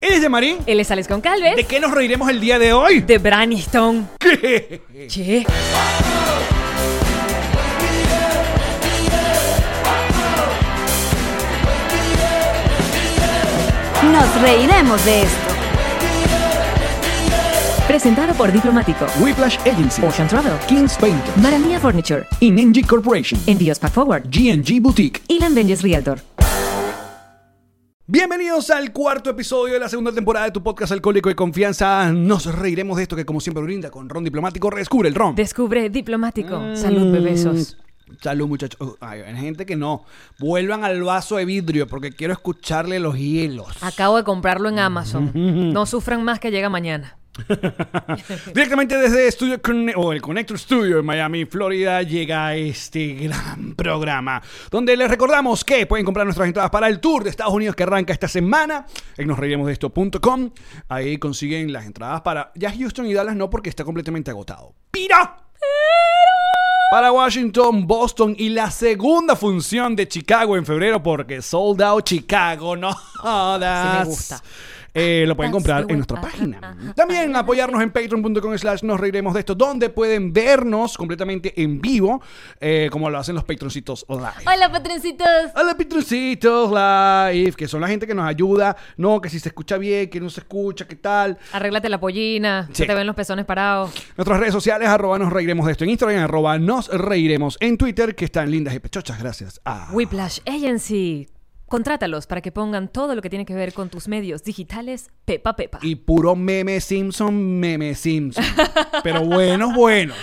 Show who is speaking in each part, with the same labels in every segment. Speaker 1: Él es de Marín.
Speaker 2: Él es Alex Goncalves.
Speaker 1: ¿De qué nos reiremos el día de hoy?
Speaker 2: De Braniston.
Speaker 1: ¿Qué?
Speaker 2: Che.
Speaker 3: Nos reiremos de esto.
Speaker 2: Presentado por Diplomático,
Speaker 4: Whiplash Agency,
Speaker 2: Ocean Travel,
Speaker 4: King's Painter,
Speaker 2: Maranía Furniture,
Speaker 4: ING Corporation,
Speaker 2: Envíos Pack Forward,
Speaker 4: G&G Boutique.
Speaker 2: y Venges Realtor.
Speaker 1: Bienvenidos al cuarto episodio de la segunda temporada de tu podcast Alcohólico de Confianza. Nos reiremos de esto que, como siempre, brinda con Ron Diplomático. Redescubre el Ron.
Speaker 2: Descubre Diplomático. Salud, bebesos.
Speaker 1: Salud, muchachos. Oh, ay, hay gente que no. Vuelvan al vaso de vidrio porque quiero escucharle los hielos.
Speaker 2: Acabo de comprarlo en Amazon. No sufran más que llega mañana.
Speaker 1: Directamente desde Studio Conne- o el Connector Studio en Miami, Florida, llega este gran programa donde les recordamos que pueden comprar nuestras entradas para el tour de Estados Unidos que arranca esta semana en nosreiremosdeesto.com. Ahí consiguen las entradas para ya Houston y Dallas no porque está completamente agotado. ¡Pira! Para Washington, Boston y la segunda función de Chicago en febrero porque Sold Out Chicago, no jodas.
Speaker 2: Sí me gusta.
Speaker 1: Eh, lo pueden
Speaker 2: That's
Speaker 1: comprar
Speaker 2: the
Speaker 1: en
Speaker 2: way.
Speaker 1: nuestra
Speaker 2: Ajá,
Speaker 1: página.
Speaker 2: ajá,
Speaker 1: También apoyarnos en patreon.com slash nos reiremos de esto, donde pueden vernos completamente en vivo, eh, como lo hacen los patroncitos live.
Speaker 2: Hola, patroncitos.
Speaker 1: Hola patroncitos live, que son la gente que nos ayuda, no, que si se escucha bien, que no se escucha, qué tal.
Speaker 2: Arréglate la pollina.
Speaker 1: Sí.
Speaker 2: Se te ven los pezones parados.
Speaker 1: Nuestras redes sociales, arroba nos reiremos de esto en Instagram, arroba nos reiremos en Twitter, que están lindas y pechochas, gracias a...
Speaker 2: Whiplash Agency. Contrátalos para que pongan todo lo que tiene que ver con tus medios digitales pepa pepa.
Speaker 1: Y puro meme Simpson, meme Simpson. Pero buenos, buenos.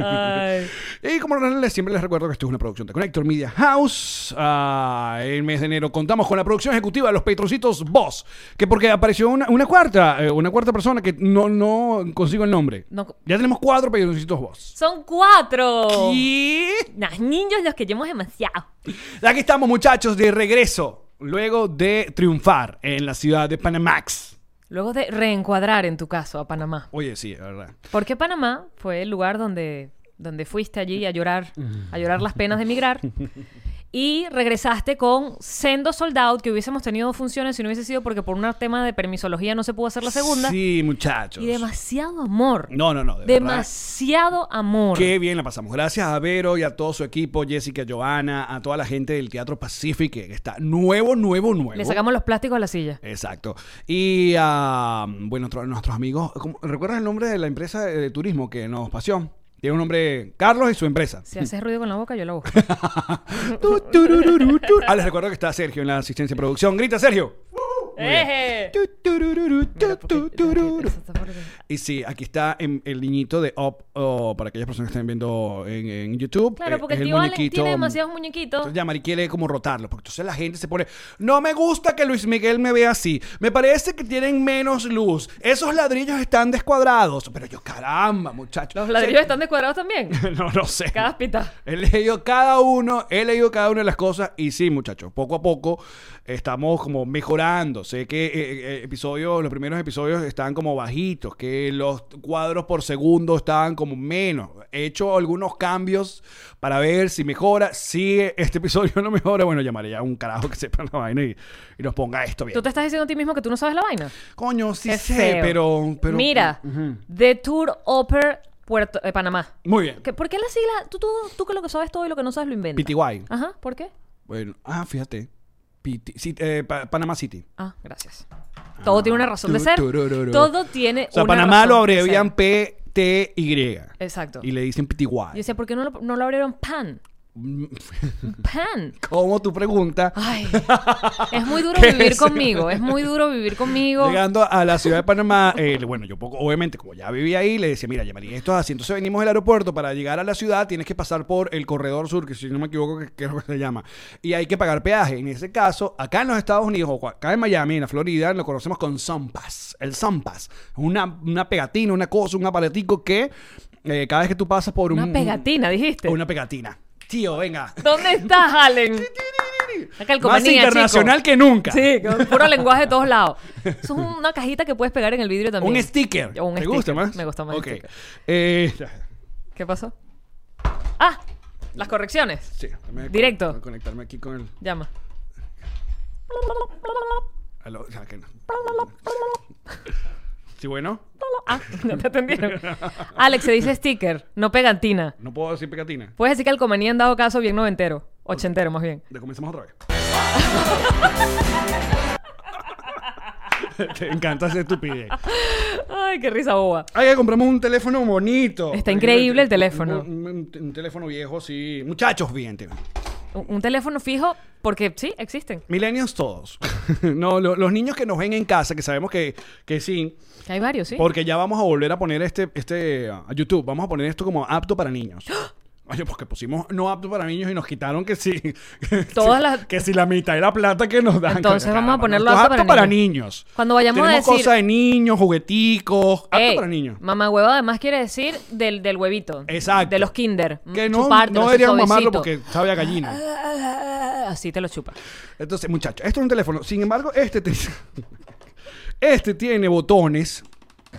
Speaker 2: Ay.
Speaker 1: Y como les- siempre les recuerdo que esto es una producción de Connector Media House. Ah, el mes de enero contamos con la producción ejecutiva de los Petroncitos Boss. Que porque apareció una, una cuarta, eh, una cuarta persona que no, no consigo el nombre.
Speaker 2: No-
Speaker 1: Ya tenemos cuatro Petroncitos Boss.
Speaker 2: Son cuatro.
Speaker 1: Y
Speaker 2: Los niños los queremos demasiado.
Speaker 1: aquí estamos, muchachos, de regreso. Luego de triunfar en la ciudad de Panamax.
Speaker 2: Luego de reencuadrar en tu caso a Panamá.
Speaker 1: Oye, sí, la verdad.
Speaker 2: Porque Panamá fue el lugar donde, donde fuiste allí a llorar, a llorar las penas de emigrar. Y regresaste con sendo sold out, que hubiésemos tenido funciones si no hubiese sido porque por un tema de permisología no se pudo hacer la segunda.
Speaker 1: Sí, muchachos.
Speaker 2: Y demasiado amor.
Speaker 1: No, no, no. de verdad.
Speaker 2: demasiado amor.
Speaker 1: Qué bien la pasamos. Gracias a Vero y a todo su equipo, Jessica, Giovanna, a toda la gente del Teatro Pacific, que está nuevo, nuevo, nuevo.
Speaker 2: Le sacamos los plásticos a la silla.
Speaker 1: Exacto. Y a, bueno, otro- nuestros amigos, ¿cómo- ¿recuerdas el nombre de la empresa de, de turismo que nos paseó? Tiene un nombre, Carlos y su empresa.
Speaker 2: Si haces ruido con la boca, yo lo busco.
Speaker 1: Tu, turururu, tu. Ah, les recuerdo que está Sergio en la asistencia de producción. Grita, Sergio.
Speaker 2: ¡Eje!
Speaker 1: Tu, turururu, tu,
Speaker 2: Mira, porque-
Speaker 1: tu, tururu.
Speaker 2: eso está porque-
Speaker 1: Y sí, aquí está em, el niñito de Up, oh, para aquellas personas que estén viendo en, en YouTube.
Speaker 2: Claro,
Speaker 1: eh,
Speaker 2: porque
Speaker 1: es
Speaker 2: el tío Allen
Speaker 1: muñequito,
Speaker 2: tiene
Speaker 1: mm,
Speaker 2: demasiados muñequitos.
Speaker 1: Entonces ya Mari quiere como rotarlo, porque entonces la gente se pone, no me gusta que Luis Miguel me vea así, me parece que tienen menos luz, esos ladrillos están descuadrados, pero yo caramba muchachos.
Speaker 2: Los ladrillos están descuadrados también.
Speaker 1: No, no sé.
Speaker 2: Cada pita.
Speaker 1: He leído cada uno, he leído cada una de las cosas y sí, muchachos, poco a poco estamos como mejorando. Sé que eh, eh, episodios, los primeros episodios estaban como bajitos, que los cuadros por segundo estaban como menos. He hecho algunos cambios para ver si mejora. Si este episodio no mejora, bueno, llamaré ya a un carajo que sepa la vaina y, y nos ponga esto bien.
Speaker 2: Tú te estás diciendo a ti mismo que tú no sabes la vaina.
Speaker 1: Coño, sí
Speaker 2: Qué
Speaker 1: sé,
Speaker 2: feo.
Speaker 1: pero, pero... uh,
Speaker 2: Mira, The Tour Opera Puerto de Panamá.
Speaker 1: Muy bien.
Speaker 2: ¿Qué- ¿Por qué la sigla? Tú, tú, tú que lo que sabes todo y lo que no sabes lo inventas.
Speaker 1: PTY.
Speaker 2: Ajá, ¿por qué?
Speaker 1: Bueno, ah, fíjate. PT, sí, eh, Pa- Panama City.
Speaker 2: Ah, gracias. Todo tiene una razón de ser.
Speaker 1: Turururu.
Speaker 2: Todo tiene
Speaker 1: O sea,
Speaker 2: una
Speaker 1: Panamá
Speaker 2: razón
Speaker 1: lo
Speaker 2: de
Speaker 1: abrevian
Speaker 2: ser.
Speaker 1: PTY.
Speaker 2: Exacto.
Speaker 1: Y
Speaker 2: Y
Speaker 1: le dicen
Speaker 2: yo
Speaker 1: PTY.
Speaker 2: decía, ¿por qué no lo, no lo abrieron pan?
Speaker 1: Mm.
Speaker 2: Pan.
Speaker 1: Como tu pregunta,
Speaker 2: Ay, es muy duro
Speaker 1: ¿Qué
Speaker 2: vivir
Speaker 1: es?
Speaker 2: conmigo. Es muy duro vivir conmigo.
Speaker 1: llegando a la ciudad de Panamá, eh, bueno, yo poco, obviamente, como ya vivía ahí, le decía, mira, Yamari, esto es así. Entonces venimos del aeropuerto, para llegar a la ciudad tienes que pasar por el corredor sur, que si no me equivoco, que, que es lo que se llama. Y hay que pagar peaje. En ese caso, acá en los Estados Unidos, o acá en Miami, en la Florida, lo conocemos con Sunpass. El Sunpass. Una, una pegatina, una cosa, un aparatico que eh, cada vez que tú pasas por
Speaker 2: Una
Speaker 1: un...
Speaker 2: pegatina, dijiste.
Speaker 1: Una pegatina. Tío, venga.
Speaker 2: ¿Dónde estás, Allen? La
Speaker 1: Más
Speaker 2: calcomanía,
Speaker 1: internacional
Speaker 2: chico.
Speaker 1: que nunca.
Speaker 2: Sí, con puro lenguaje de todos lados. Eso es una cajita que puedes pegar en el vidrio también.
Speaker 1: Un sticker.
Speaker 2: Un
Speaker 1: ¿Te
Speaker 2: sticker.
Speaker 1: gusta más?
Speaker 2: Me gusta más el
Speaker 1: Ok.
Speaker 2: sticker.
Speaker 1: Eh,
Speaker 2: ¿Qué pasó? Ah, las correcciones.
Speaker 1: sí, déjame
Speaker 2: Directo.
Speaker 1: con- Conectarme aquí con el.
Speaker 2: Llama.
Speaker 1: A lo- o sea, que no. Sí, bueno.
Speaker 2: Ah, no te atendieron. Alex, se dice sticker, no pegatina.
Speaker 1: No puedo decir pegatina.
Speaker 2: Puedes decir que Alcomanía en dado caso bien noventero. Ochentero, más bien.
Speaker 1: Le comenzamos otra vez. Te encanta esa estupidez.
Speaker 2: Ay, qué risa boba.
Speaker 1: Ay, que compramos un teléfono bonito.
Speaker 2: Está increíble el teléfono.
Speaker 1: Un, un- un teléfono viejo, sí. Muchachos, bien, te-
Speaker 2: Un, un teléfono fijo, porque sí, existen.
Speaker 1: Millennials todos. no, lo- los niños que nos ven en casa, que sabemos que, que sí,
Speaker 2: Que hay varios, sí.
Speaker 1: porque ya vamos a volver a poner este, este a YouTube, vamos a poner esto como apto para niños.
Speaker 2: ¡Ah!
Speaker 1: Oye, porque pusimos no apto para niños y nos quitaron que sí. que
Speaker 2: Todas
Speaker 1: sí,
Speaker 2: las-
Speaker 1: que si la mitad era plata que nos dan.
Speaker 2: Entonces
Speaker 1: Coño,
Speaker 2: vamos a
Speaker 1: caramba,
Speaker 2: ponerlo
Speaker 1: esto es
Speaker 2: apto para
Speaker 1: niños.
Speaker 2: Cuando vayamos a
Speaker 1: Tenemos
Speaker 2: decir-
Speaker 1: cosas de niños, jugueticos, apto
Speaker 2: Ey, mm,
Speaker 1: para niños.
Speaker 2: Mamá huevo además quiere decir del, del huevito.
Speaker 1: Exacto.
Speaker 2: De los kinder. mm,
Speaker 1: Que no,
Speaker 2: chupártelo,
Speaker 1: no
Speaker 2: ese
Speaker 1: deberían
Speaker 2: suavecito.
Speaker 1: mamarlo porque sabe a gallina.
Speaker 2: Así te lo chupa.
Speaker 1: Entonces, muchachos, esto es un teléfono. Sin embargo, este, te- este tiene botones.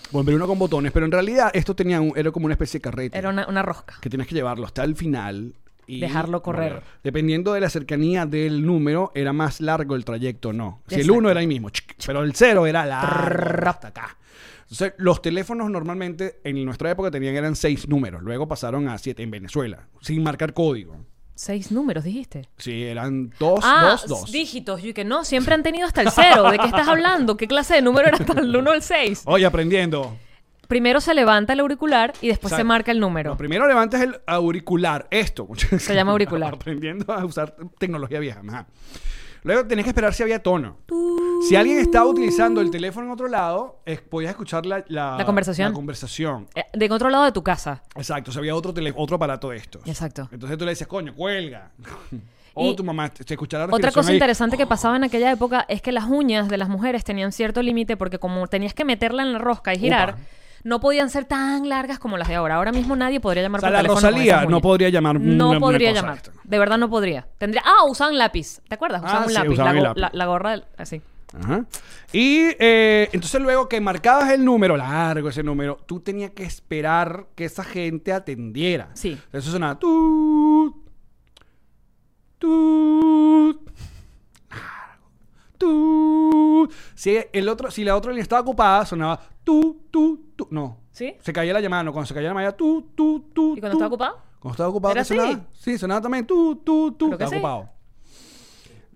Speaker 1: Volver uno con botones, pero en realidad esto tenía un- era como una especie de carrete.
Speaker 2: Era una, una rosca.
Speaker 1: que tienes que llevarlo hasta el final y
Speaker 2: Dejarlo correr.
Speaker 1: Dependiendo de la cercanía del número, era más largo el trayecto o no. Si el
Speaker 2: Exacto.
Speaker 1: 1 era ahí mismo, chic, pero el 0 era largo
Speaker 2: Trrrrap.
Speaker 1: hasta acá. Entonces, los teléfonos normalmente en nuestra época tenían eran seis números, luego pasaron a siete en Venezuela, sin marcar código.
Speaker 2: Seis números, dijiste.
Speaker 1: Sí, eran dos,
Speaker 2: Ah,
Speaker 1: dos, dos.
Speaker 2: dígitos. Yo que no, siempre han tenido hasta el cero. ¿De qué estás hablando? ¿Qué clase de número era hasta el 1 al 6?
Speaker 1: Oye, aprendiendo.
Speaker 2: Primero se levanta el auricular y después
Speaker 1: Exacto.
Speaker 2: se marca el
Speaker 1: Lo
Speaker 2: número.
Speaker 1: primero levantas el auricular. Esto.
Speaker 2: Se llama auricular.
Speaker 1: Aprendiendo a usar tecnología vieja. ajá. Luego tenés que esperar si había tono. Si alguien estaba utilizando el teléfono en otro lado, es- podías escuchar la,
Speaker 2: La conversación.
Speaker 1: la conversación.
Speaker 2: Eh, De otro lado de tu casa.
Speaker 1: Exacto. O sea, había otro, tele- otro aparato de estos.
Speaker 2: Exacto.
Speaker 1: Entonces tú le dices, coño, cuelga. o
Speaker 2: Y
Speaker 1: tu mamá te te escuchará la
Speaker 2: Otra
Speaker 1: respiración
Speaker 2: cosa
Speaker 1: ahí.
Speaker 2: interesante que pasaba en aquella época es que las uñas de las mujeres tenían cierto límite porque como tenías que meterla en la rosca y girar,
Speaker 1: Upa.
Speaker 2: no podían ser tan largas como las de ahora. Ahora mismo nadie podría llamar
Speaker 1: O sea,
Speaker 2: por
Speaker 1: la
Speaker 2: teléfono con
Speaker 1: Rosalía
Speaker 2: esas uñas.
Speaker 1: no podría llamar una-
Speaker 2: No
Speaker 1: una
Speaker 2: podría
Speaker 1: cosa
Speaker 2: llamar.
Speaker 1: esta.
Speaker 2: De verdad no podría. Tendría Ah, usaban lápiz. ¿Te acuerdas?
Speaker 1: Ah,
Speaker 2: Usaban un
Speaker 1: sí,
Speaker 2: lápiz,
Speaker 1: usaban
Speaker 2: la,
Speaker 1: el
Speaker 2: go-
Speaker 1: lápiz.
Speaker 2: la- la gorra del- así.
Speaker 1: Ajá. Y eh, entonces luego que marcabas el número, largo ese número, tú tenías que esperar que esa gente atendiera.
Speaker 2: Sí.
Speaker 1: Eso sonaba tut, tut, tut. Si el otro, si la otra línea estaba ocupada, sonaba tu, tu, tu. No.
Speaker 2: ¿Sí?
Speaker 1: Se caía la llamada, no. Cuando se caía la llamada, tu, tu, tu.
Speaker 2: ¿Y cuando
Speaker 1: tu.
Speaker 2: estaba ocupado?
Speaker 1: Cuando estaba ocupado,
Speaker 2: ¿Era
Speaker 1: ¿qué sonaba?
Speaker 2: así?
Speaker 1: Sí, sonaba también tú, tú, tú.
Speaker 2: Creo que
Speaker 1: Estaba
Speaker 2: sí.
Speaker 1: ocupado.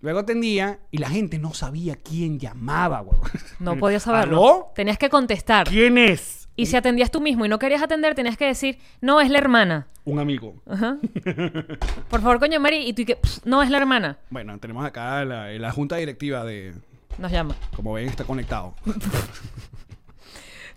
Speaker 1: Luego atendía y la gente no sabía quién llamaba, huevón.
Speaker 2: No
Speaker 1: ¿Ah,
Speaker 2: podías saberlo.
Speaker 1: ¿Aló?
Speaker 2: Tenías que contestar.
Speaker 1: ¿Quién es?
Speaker 2: Y si atendías tú mismo y no querías atender, tenías que decir, no, es la hermana.
Speaker 1: Un amigo.
Speaker 2: Ajá. Por favor, coño, Mari. Y tú y que, "Pff, no, es la hermana.
Speaker 1: Bueno, tenemos acá la, la junta directiva de.
Speaker 2: Nos llama.
Speaker 1: Como ven, está conectado.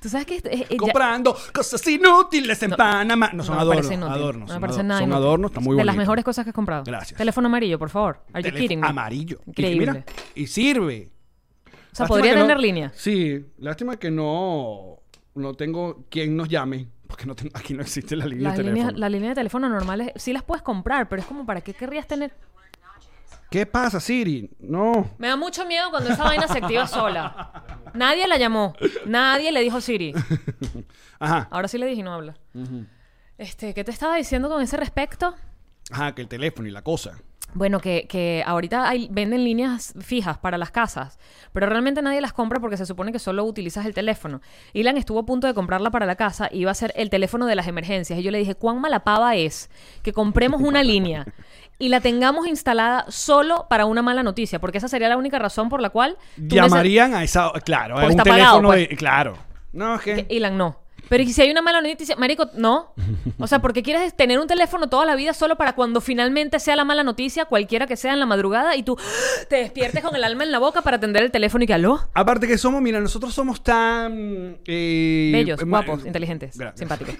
Speaker 2: Tú sabes que este- eh, eh, ya-
Speaker 1: Comprando cosas inútiles en
Speaker 2: No.
Speaker 1: Panamá. No son
Speaker 2: me
Speaker 1: adornos.
Speaker 2: parece inútil.
Speaker 1: adornos.
Speaker 2: No
Speaker 1: son
Speaker 2: me parece
Speaker 1: ador-
Speaker 2: nada
Speaker 1: Son
Speaker 2: inútil.
Speaker 1: adornos, está muy
Speaker 2: De las
Speaker 1: bonito.
Speaker 2: mejores cosas que he comprado.
Speaker 1: Gracias.
Speaker 2: Teléfono amarillo, por favor. Are you
Speaker 1: Teléfono
Speaker 2: kidding me?
Speaker 1: Amarillo. Y que
Speaker 2: Increíble.
Speaker 1: mira, y sirve.
Speaker 2: O sea,
Speaker 1: Lástima
Speaker 2: podría
Speaker 1: que no-
Speaker 2: tener línea.
Speaker 1: Sí, lástima que no, no tengo quien nos llame, porque no tengo- aquí no existe la línea
Speaker 2: Las
Speaker 1: de
Speaker 2: líneas,
Speaker 1: teléfono.
Speaker 2: la línea de teléfono normales sí las puedes comprar, pero es como, ¿para qué querrías tener?
Speaker 1: ¿Qué pasa, Siri? No.
Speaker 2: Me da mucho miedo cuando esa vaina se activa sola. Nadie la llamó. Nadie le dijo Siri.
Speaker 1: Ajá.
Speaker 2: Ahora sí le dije y no habla. Este, ¿qué te estaba diciendo con ese respecto?
Speaker 1: Ajá, que el teléfono y la cosa.
Speaker 2: Bueno, que, que ahorita hay- venden líneas fijas para las casas, pero realmente nadie las compra porque se supone que solo utilizas el teléfono. Ilan estuvo a punto de comprarla para la casa y iba a ser el teléfono de las emergencias. Y yo le dije, ¿cuán mala pava es que compremos una línea y la tengamos instalada solo para una mala noticia? Porque esa sería la única razón por la cual... tú
Speaker 1: Llamarían a esa. Claro, a
Speaker 2: Porque
Speaker 1: un
Speaker 2: está
Speaker 1: teléfono
Speaker 2: apagado, pues.
Speaker 1: de- Claro. No, es
Speaker 2: nece-
Speaker 1: que.
Speaker 2: que Ilan, no. Pero ¿y si hay una mala noticia, Marico, no. O sea, porque quieres tener un teléfono toda la vida solo para cuando finalmente sea la mala noticia, cualquiera que sea en la madrugada, y tú te despiertes con el alma en la boca para atender el teléfono y que aló.
Speaker 1: Aparte que somos, mira, nosotros somos tan. eh,
Speaker 2: Bellos,
Speaker 1: eh, ma-
Speaker 2: guapos, inteligentes,
Speaker 1: Gracias.
Speaker 2: simpáticos.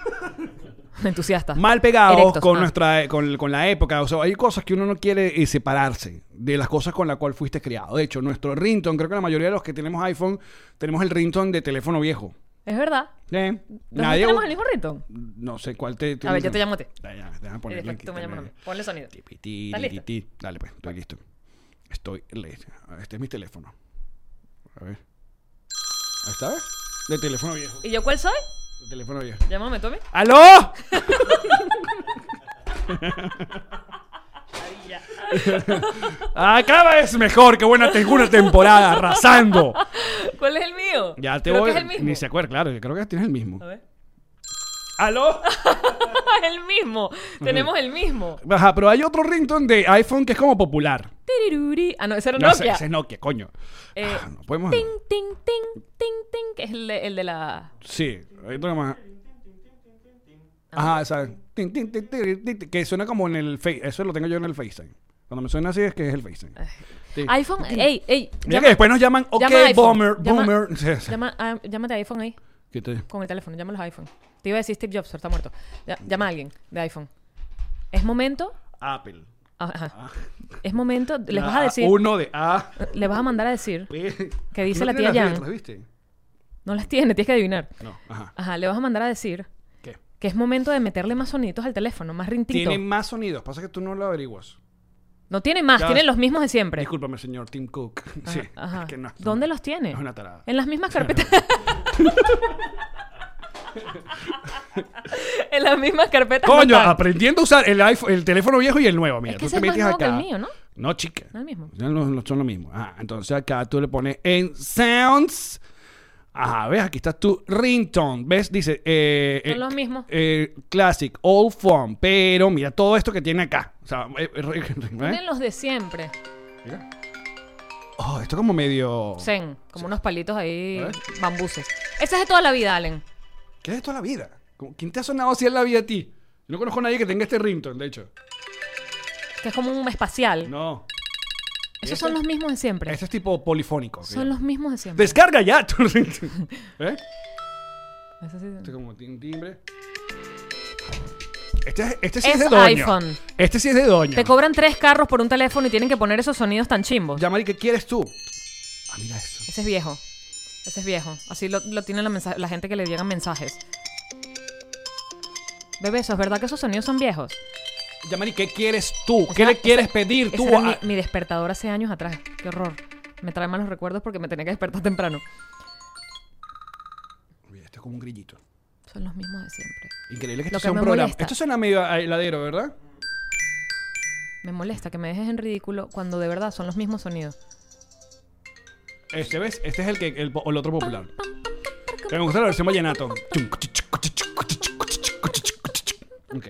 Speaker 2: Entusiastas.
Speaker 1: Mal pegados
Speaker 2: Erectos,
Speaker 1: con
Speaker 2: ah.
Speaker 1: nuestra con, con la época. O sea, hay cosas que uno no quiere eh, separarse de las cosas con las cuales fuiste criado. De hecho, nuestro ringtone, creo que la mayoría de los que tenemos iPhone, tenemos el ringtone de teléfono viejo.
Speaker 2: Es verdad.
Speaker 1: ¿Eh?
Speaker 2: ¿Los dos tenemos el mismo ritón?
Speaker 1: No sé cuál te.
Speaker 2: A ver, yo te llamo a ti.
Speaker 1: Ya, ya, déjame
Speaker 2: Y
Speaker 1: ponerle
Speaker 2: después
Speaker 1: aquí
Speaker 2: tú me llamas a mí.
Speaker 1: también.
Speaker 2: Ponle sonido.
Speaker 1: Ti, pi, ti,
Speaker 2: ¿Estás
Speaker 1: ti,
Speaker 2: listo?
Speaker 1: ti. Dale, pues, estoy listo. Estoy listo. Este es mi teléfono. A ver. Ahí está, ¿ves? De teléfono viejo.
Speaker 2: ¿Y yo cuál soy?
Speaker 1: De teléfono viejo.
Speaker 2: Llámame tú a mí.
Speaker 1: ¡Aló! Acaba es mejor que buena tengo una temporada arrasando.
Speaker 2: ¿Cuál es el mío?
Speaker 1: Ya te
Speaker 2: Creo
Speaker 1: voy.
Speaker 2: que es el mismo.
Speaker 1: Ni se acuerda, claro, yo creo que tienes el mismo.
Speaker 2: A ver.
Speaker 1: ¿Aló?
Speaker 2: Es el mismo. Tenemos el mismo.
Speaker 1: Ajá, pero hay otro ringtone de iPhone que es como popular.
Speaker 2: Tiriruri. Ah, no, ese era
Speaker 1: No, ese,
Speaker 2: Nokia.
Speaker 1: ese es Nokia, coño.
Speaker 2: Eh,
Speaker 1: Ah, no podemos.
Speaker 2: Ting, ting, ting, ting, ting. Que es el de, el de la.
Speaker 1: Sí, hay otro más. Ajá, esa. tin, tin, tin, tin, tin, tin, Que suena como en el Face. Eso lo tengo yo en el FaceTime. Cuando me suena así es que es el FaceTime. Sí.
Speaker 2: iPhone. Ey, ey.
Speaker 1: Mira
Speaker 2: llama-
Speaker 1: que después nos llaman, ok,
Speaker 2: llama iPhone,
Speaker 1: boomer,
Speaker 2: llama-
Speaker 1: boomer. Sí, sí.
Speaker 2: llama a- llámate a iPhone ahí.
Speaker 1: ¿Qué te-
Speaker 2: Con el teléfono. Llama a los iPhone. Te iba a decir Steve Jobs, pero está muerto. Ya- llama a alguien de iPhone. Es momento. ah,
Speaker 1: Apple.
Speaker 2: Ajá. Es momento. Les
Speaker 1: Ah. La
Speaker 2: vas a decir.
Speaker 1: Uno de A.
Speaker 2: Les vas a mandar a decir.
Speaker 1: ¿Qué
Speaker 2: dice la tía Jan?
Speaker 1: ¿Las viste?
Speaker 2: No las tienes, tienes que adivinar.
Speaker 1: No, ajá.
Speaker 2: Ajá, le vas a mandar a decir
Speaker 1: ¿Qué?
Speaker 2: que es momento de meterle más soniditos al teléfono, más rintito.
Speaker 1: Tiene más sonidos. Pasa que tú no lo averiguas.
Speaker 2: No tiene más,
Speaker 1: Ya
Speaker 2: tiene
Speaker 1: ves.
Speaker 2: los mismos de siempre.
Speaker 1: Discúlpame, señor Tim Cook.
Speaker 2: Ajá,
Speaker 1: sí.
Speaker 2: ajá.
Speaker 1: es que no-
Speaker 2: ¿Dónde Eh, los tiene?
Speaker 1: Es una tarada.
Speaker 2: En las mismas carpetas. en las mismas carpetas. no
Speaker 1: Coño,
Speaker 2: están.
Speaker 1: aprendiendo a usar el, iPhone, el teléfono viejo y el nuevo. Mira,
Speaker 2: Es que
Speaker 1: tú
Speaker 2: ese
Speaker 1: te
Speaker 2: es más
Speaker 1: metes
Speaker 2: nuevo que
Speaker 1: acá.
Speaker 2: el mío, ¿no?
Speaker 1: No, chica.
Speaker 2: No el mismo.
Speaker 1: Ya no, no son lo mismo. Ah, entonces acá tú le pones en Sounds. Ajá, ves, aquí está tu ringtone. ¿Ves? Dice. Eh,
Speaker 2: Son
Speaker 1: eh,
Speaker 2: los mismos.
Speaker 1: eh, classic, old form. Pero mira todo esto que tiene acá. O sea, eh, eh, re- re-
Speaker 2: Tienen los de siempre.
Speaker 1: mira. Oh, esto como medio.
Speaker 2: Zen, como unos palitos ahí,
Speaker 1: A ver.
Speaker 2: bambuces. Ese es de toda la vida, Allen.
Speaker 1: ¿Qué es esto la vida? Como, ¿Quién te ha sonado así en la vida a ti? Yo no conozco a nadie que tenga este ringtone, de hecho.
Speaker 2: Que es como un espacial.
Speaker 1: No.
Speaker 2: Esos son los mismos de siempre.
Speaker 1: Este es tipo polifónico.
Speaker 2: Son los mismos de siempre.
Speaker 1: Descarga ya tu ringtone. ¿Eh?
Speaker 2: Ese sí-
Speaker 1: Este como tin- timbre. Este, es- este sí es,
Speaker 2: Es
Speaker 1: de doña.
Speaker 2: iPhone.
Speaker 1: Este sí es de doña.
Speaker 2: Te cobran tres carros por un teléfono y tienen que poner esos sonidos tan chimbos.
Speaker 1: Yamari, ¿qué quieres tú? Ah, mira eso.
Speaker 2: Ese es viejo. Ese es viejo. Así lo, lo tiene la, mensa- la gente que le llegan mensajes. Bebé, ¿eso es verdad que esos sonidos son viejos?
Speaker 1: Yamari, ¿qué quieres tú?
Speaker 2: Esa-
Speaker 1: ¿Qué le
Speaker 2: esa-
Speaker 1: quieres pedir
Speaker 2: Ese
Speaker 1: tú?
Speaker 2: era
Speaker 1: a-
Speaker 2: mi, mi despertador hace años atrás. Qué horror. Me trae malos recuerdos porque me tenía que despertar temprano.
Speaker 1: Mira, esto es como un grillito.
Speaker 2: Son los mismos de siempre.
Speaker 1: Increíble que
Speaker 2: Lo
Speaker 1: esto
Speaker 2: que
Speaker 1: sea un
Speaker 2: me
Speaker 1: programa.
Speaker 2: molesta.
Speaker 1: Esto suena medio a heladero, ¿verdad?
Speaker 2: Me molesta que me dejes en ridículo cuando de verdad son los mismos sonidos.
Speaker 1: Este, ¿ves? Este es el, que, el, po- el otro popular. Que me gusta la versión vallenato. Ok.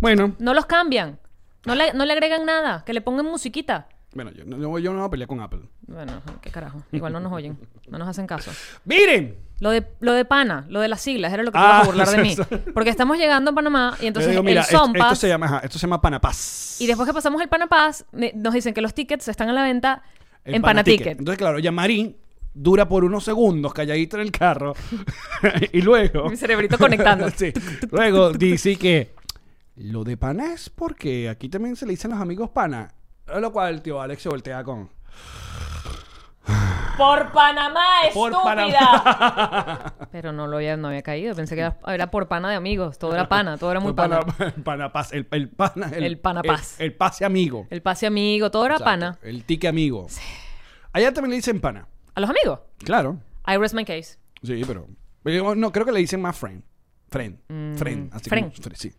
Speaker 1: Bueno,
Speaker 2: No los cambian. No le, no le agregan nada. Que le pongan musiquita.
Speaker 1: bueno yo, no- yo no voy a pelear con Apple.
Speaker 2: Bueno, ajá, qué carajo. Igual no nos oyen. No nos hacen caso.
Speaker 1: ¡Miren!
Speaker 2: Lo de, lo de pana, lo de las siglas, era lo que te
Speaker 1: Ah,
Speaker 2: ibas a burlar de mí.
Speaker 1: eso,
Speaker 2: Porque estamos llegando a Panamá y entonces
Speaker 1: Yo digo, mira,
Speaker 2: el
Speaker 1: esto- esto,
Speaker 2: Zompas.
Speaker 1: se llama, ajá, esto se llama Panapaz.
Speaker 2: Y después que pasamos el Panapaz, me- nos dicen que los tickets están a la venta
Speaker 1: El
Speaker 2: en Panaticket.
Speaker 1: Entonces, claro, Yamarín dura por unos segundos calladito en el carro y luego...
Speaker 2: Mi cerebrito conectando.
Speaker 1: Sí. Luego dice que lo de pana es porque aquí también se le dicen los amigos pana. A lo cual el tío Alex se voltea con...
Speaker 2: ¡Por Panamá,
Speaker 1: Por
Speaker 2: estúpida! Pero no lo había, no había caído. Pensé que era, era por pana de amigos. Todo era pana, todo era muy pana.
Speaker 1: Pana- Panapaz, el, el pana...
Speaker 2: El Panapaz.
Speaker 1: El, el pase amigo.
Speaker 2: El pase amigo, todo era
Speaker 1: Exacto,
Speaker 2: pana.
Speaker 1: El tique amigo. Allá también le dicen pana.
Speaker 2: ¿A los amigos?
Speaker 1: Claro.
Speaker 2: I rest my case.
Speaker 1: Sí, pero. pero No, creo que le dicen más friend. Friend. friend. Así
Speaker 2: Mm, friend.
Speaker 1: como- fre- sí.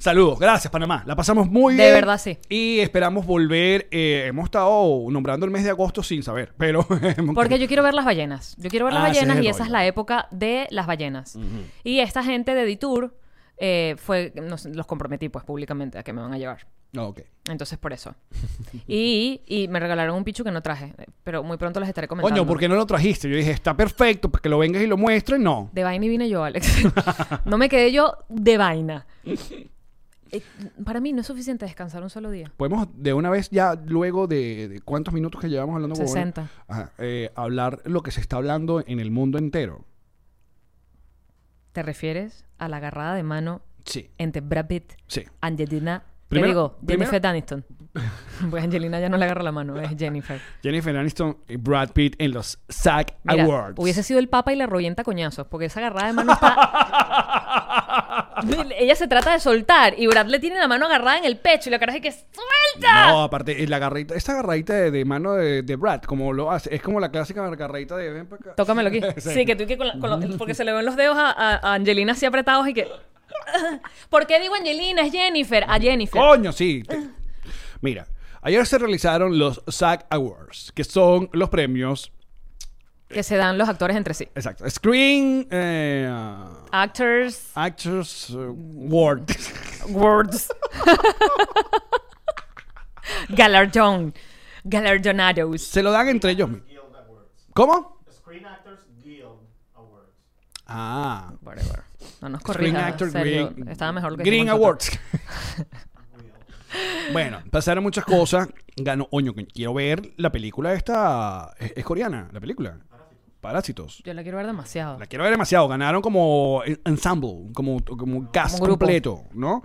Speaker 1: Saludos, gracias Panamá. La pasamos muy
Speaker 2: De
Speaker 1: bien.
Speaker 2: verdad, sí.
Speaker 1: Y esperamos volver. eh, hemos estado nombrando el mes de agosto sin saber, pero.
Speaker 2: Porque yo quiero ver las ballenas. Yo quiero ver las
Speaker 1: Ah, ese es
Speaker 2: ballenas
Speaker 1: el
Speaker 2: y esa es
Speaker 1: rollo.
Speaker 2: la época de las ballenas. Y esta gente de Detour eh, fue, no sé, los comprometí pues públicamente a que me van a llevar.
Speaker 1: No, ok.
Speaker 2: Entonces por eso. y, y me regalaron un pichu que no traje, eh, pero muy pronto les estaré comentando.
Speaker 1: Coño, ¿por qué no lo trajiste? Yo dije, está perfecto, para que lo vengas y lo muestres. No.
Speaker 2: De vaina y vine yo, Alex. no me quedé yo de vaina. Eh, para mí no es suficiente descansar un solo día.
Speaker 1: Podemos de una vez ya, luego de, de cuántos minutos que llevamos hablando huevones?
Speaker 2: 60.
Speaker 1: Ajá, eh, hablar lo que se está hablando en el mundo entero.
Speaker 2: ¿Te refieres a la agarrada de mano
Speaker 1: Sí,
Speaker 2: entre Brad Pitt
Speaker 1: sí.
Speaker 2: Angelina. Te
Speaker 1: Primero-
Speaker 2: digo,
Speaker 1: primero-
Speaker 2: Jennifer Aniston. Pues Angelina ya no le agarra la mano, es Jennifer.
Speaker 1: Jennifer Aniston y Brad Pitt en los SAG
Speaker 2: Mira,
Speaker 1: Awards.
Speaker 2: hubiese sido el papa y la royenta a coñazos, porque esa agarrada de mano está... Ella se trata de soltar y Brad le tiene la mano agarrada en el pecho y la cara es que ¡suelta!
Speaker 1: No, aparte, eh, la garrita, esta garradita de, de mano de, de Brad, como lo hace, es como la clásica garradita de ven pa' acá.
Speaker 2: Tócamelo aquí. Sí, que tú que con la- con los- porque se le ven los dedos a, a- a Angelina así
Speaker 1: Oh.
Speaker 2: apretados y que... ¿Por qué digo Angelina? Es Jennifer. A Jennifer.
Speaker 1: Coño, sí. te- Mira, ayer se realizaron los SAG Awards, que son los premios.
Speaker 2: Que se dan los actores entre sí.
Speaker 1: Exacto. Screen eh,
Speaker 2: Actors,
Speaker 1: Actors uh, Award.
Speaker 2: words. Galardón. Galardonados.
Speaker 1: se lo dan entre ellos. mismos. ¿Cómo?
Speaker 5: Screen Actors Guild Awards.
Speaker 1: Ah.
Speaker 2: Whatever. No nos
Speaker 1: Screen
Speaker 2: corrija.
Speaker 1: Actor
Speaker 2: Sergio.
Speaker 1: Green,
Speaker 2: Estaba mejor lo que
Speaker 1: Green
Speaker 2: dijimos
Speaker 1: Awards. bueno, pasaron muchas cosas. Ganó, oño, que quiero ver la película esta. Es, es coreana, la película. Parásitos.
Speaker 2: nosotros. Yo la quiero ver demasiado.
Speaker 1: La quiero ver demasiado. Ganaron como en- ensemble, como, como un cast
Speaker 2: Como grupo.
Speaker 1: completo, ¿no?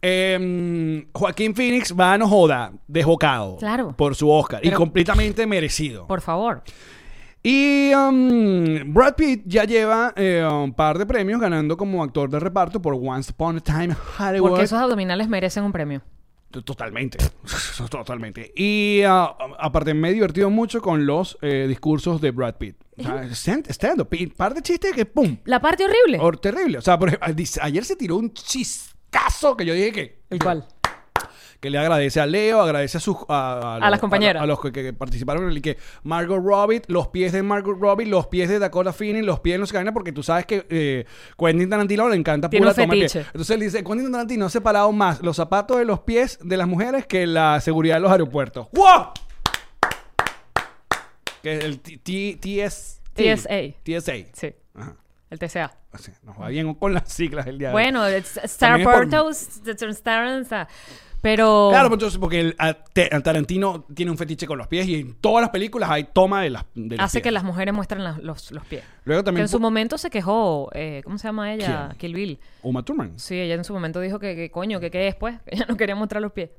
Speaker 1: Eh, Joaquín Phoenix va a no joda, desbocado.
Speaker 2: Claro.
Speaker 1: Por su Oscar. y
Speaker 2: Pero-
Speaker 1: completamente merecido.
Speaker 2: Por favor.
Speaker 1: Y um, Brad Pitt ya lleva eh, un par de premios ganando como actor de reparto por Once Upon a Time Hollywood.
Speaker 2: Porque esos abdominales merecen un premio.
Speaker 1: T- Totalmente, totalmente. Y ah, aparte me he divertido mucho con los eh, discursos de Brad Pitt. O sea, stand- Stand up, y par de chistes que pum,
Speaker 2: La parte horrible.
Speaker 1: Or- terrible. O sea, por ejemplo, dice- ayer se tiró un chistazo que yo dije que,
Speaker 2: ¿El cual?
Speaker 1: que le agradece a Leo, agradece a sus a,
Speaker 2: A las compañeras.
Speaker 1: a, los que, que participaron en el que Margot Robbie, los pies de Margot Robbie, los pies de Dakota Fanning, los pies de no sé qué vaina, porque tú sabes que eh, Quentin Tarantino le encanta
Speaker 2: Tiene
Speaker 1: pura
Speaker 2: un
Speaker 1: toma de pie.
Speaker 2: fetiche.
Speaker 1: Entonces él dice, Quentin Tarantino ha separado más los zapatos de los pies de las mujeres que la seguridad de los aeropuertos. ¡Wow! Que es el T- T- TS
Speaker 2: TSA.
Speaker 1: TSA.
Speaker 2: Sí.
Speaker 1: Ajá.
Speaker 2: El TCA.
Speaker 1: O sea, nos va bien con las siglas el día de hoy.
Speaker 2: Bueno, es- Star
Speaker 1: También es por-
Speaker 2: Portos, de Transparenza. Pero.
Speaker 1: Claro, pues, entonces, porque el, a- te- a Tarantino tiene un fetiche con los pies y en todas las películas hay toma de las de los
Speaker 2: hace
Speaker 1: pies.
Speaker 2: que las mujeres muestren las- los, los pies.
Speaker 1: Luego
Speaker 2: Que
Speaker 1: también
Speaker 2: en su
Speaker 1: pu-
Speaker 2: momento se quejó, eh, ¿cómo se llama ella?
Speaker 1: ¿Quién?
Speaker 2: Kill Bill.
Speaker 1: Uma Thurman.
Speaker 2: Sí, ella en su momento dijo que, que coño, que qué es, pues. Ella no quería mostrar los pies.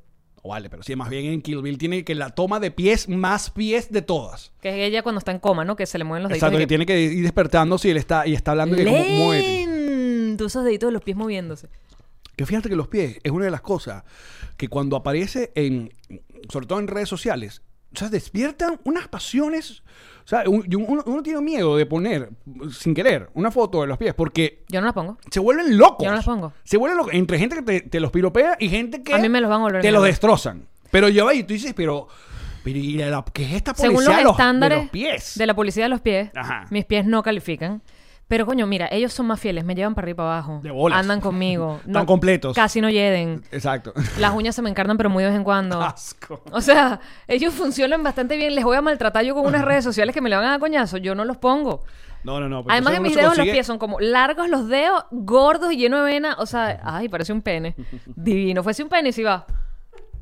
Speaker 1: O vale, pero sí, más bien en Kill Bill tiene que la toma de pies más pies de todas.
Speaker 2: Que es ella cuando está en coma, ¿no? Que se le mueven los deditos.
Speaker 1: Exacto,
Speaker 2: y
Speaker 1: que tiene que ir despertando si él está y está hablando y que como mueve.
Speaker 2: Lento, esos deditos de los pies moviéndose.
Speaker 1: Que fíjate que los pies es una de las cosas que cuando aparece en, sobre todo en redes sociales, o sea, despiertan unas pasiones. O sea, un- y uno, uno tiene miedo de poner, sin querer, una foto de los pies, porque
Speaker 2: Yo no las pongo.
Speaker 1: se vuelven locos.
Speaker 2: Yo no las pongo.
Speaker 1: Se vuelven locos. Entre gente que te, te los piropea y gente que
Speaker 2: A mí me los van a volver
Speaker 1: te los
Speaker 2: mierda.
Speaker 1: destrozan. Pero yo ahí tú dices, pero, pero ¿y la- ¿qué es esta policía
Speaker 2: Según los
Speaker 1: de los, de
Speaker 2: estándares
Speaker 1: los pies?
Speaker 2: de la policía de los pies,
Speaker 1: Ajá.
Speaker 2: mis pies no califican. Pero coño, mira, ellos son más fieles, me llevan para arriba y para abajo.
Speaker 1: De bolas.
Speaker 2: Andan conmigo.
Speaker 1: Están completos.
Speaker 2: Casi no yeden.
Speaker 1: Exacto.
Speaker 2: Las uñas se me encarnan, pero muy de vez en cuando.
Speaker 1: Ah. Asco.
Speaker 2: O sea, ellos funcionan bastante bien. Les voy a maltratar yo con unas redes sociales que me le van a dar coñazo. Yo no los pongo.
Speaker 1: No, no, no. porque
Speaker 2: Además
Speaker 1: entonces
Speaker 2: que
Speaker 1: uno
Speaker 2: mis
Speaker 1: se
Speaker 2: dedos,
Speaker 1: consigue-
Speaker 2: los pies son como largos los dedos, gordos y llenos de vena. O sea, ay, parece un pene. Divino. Fuese un pene, sí va.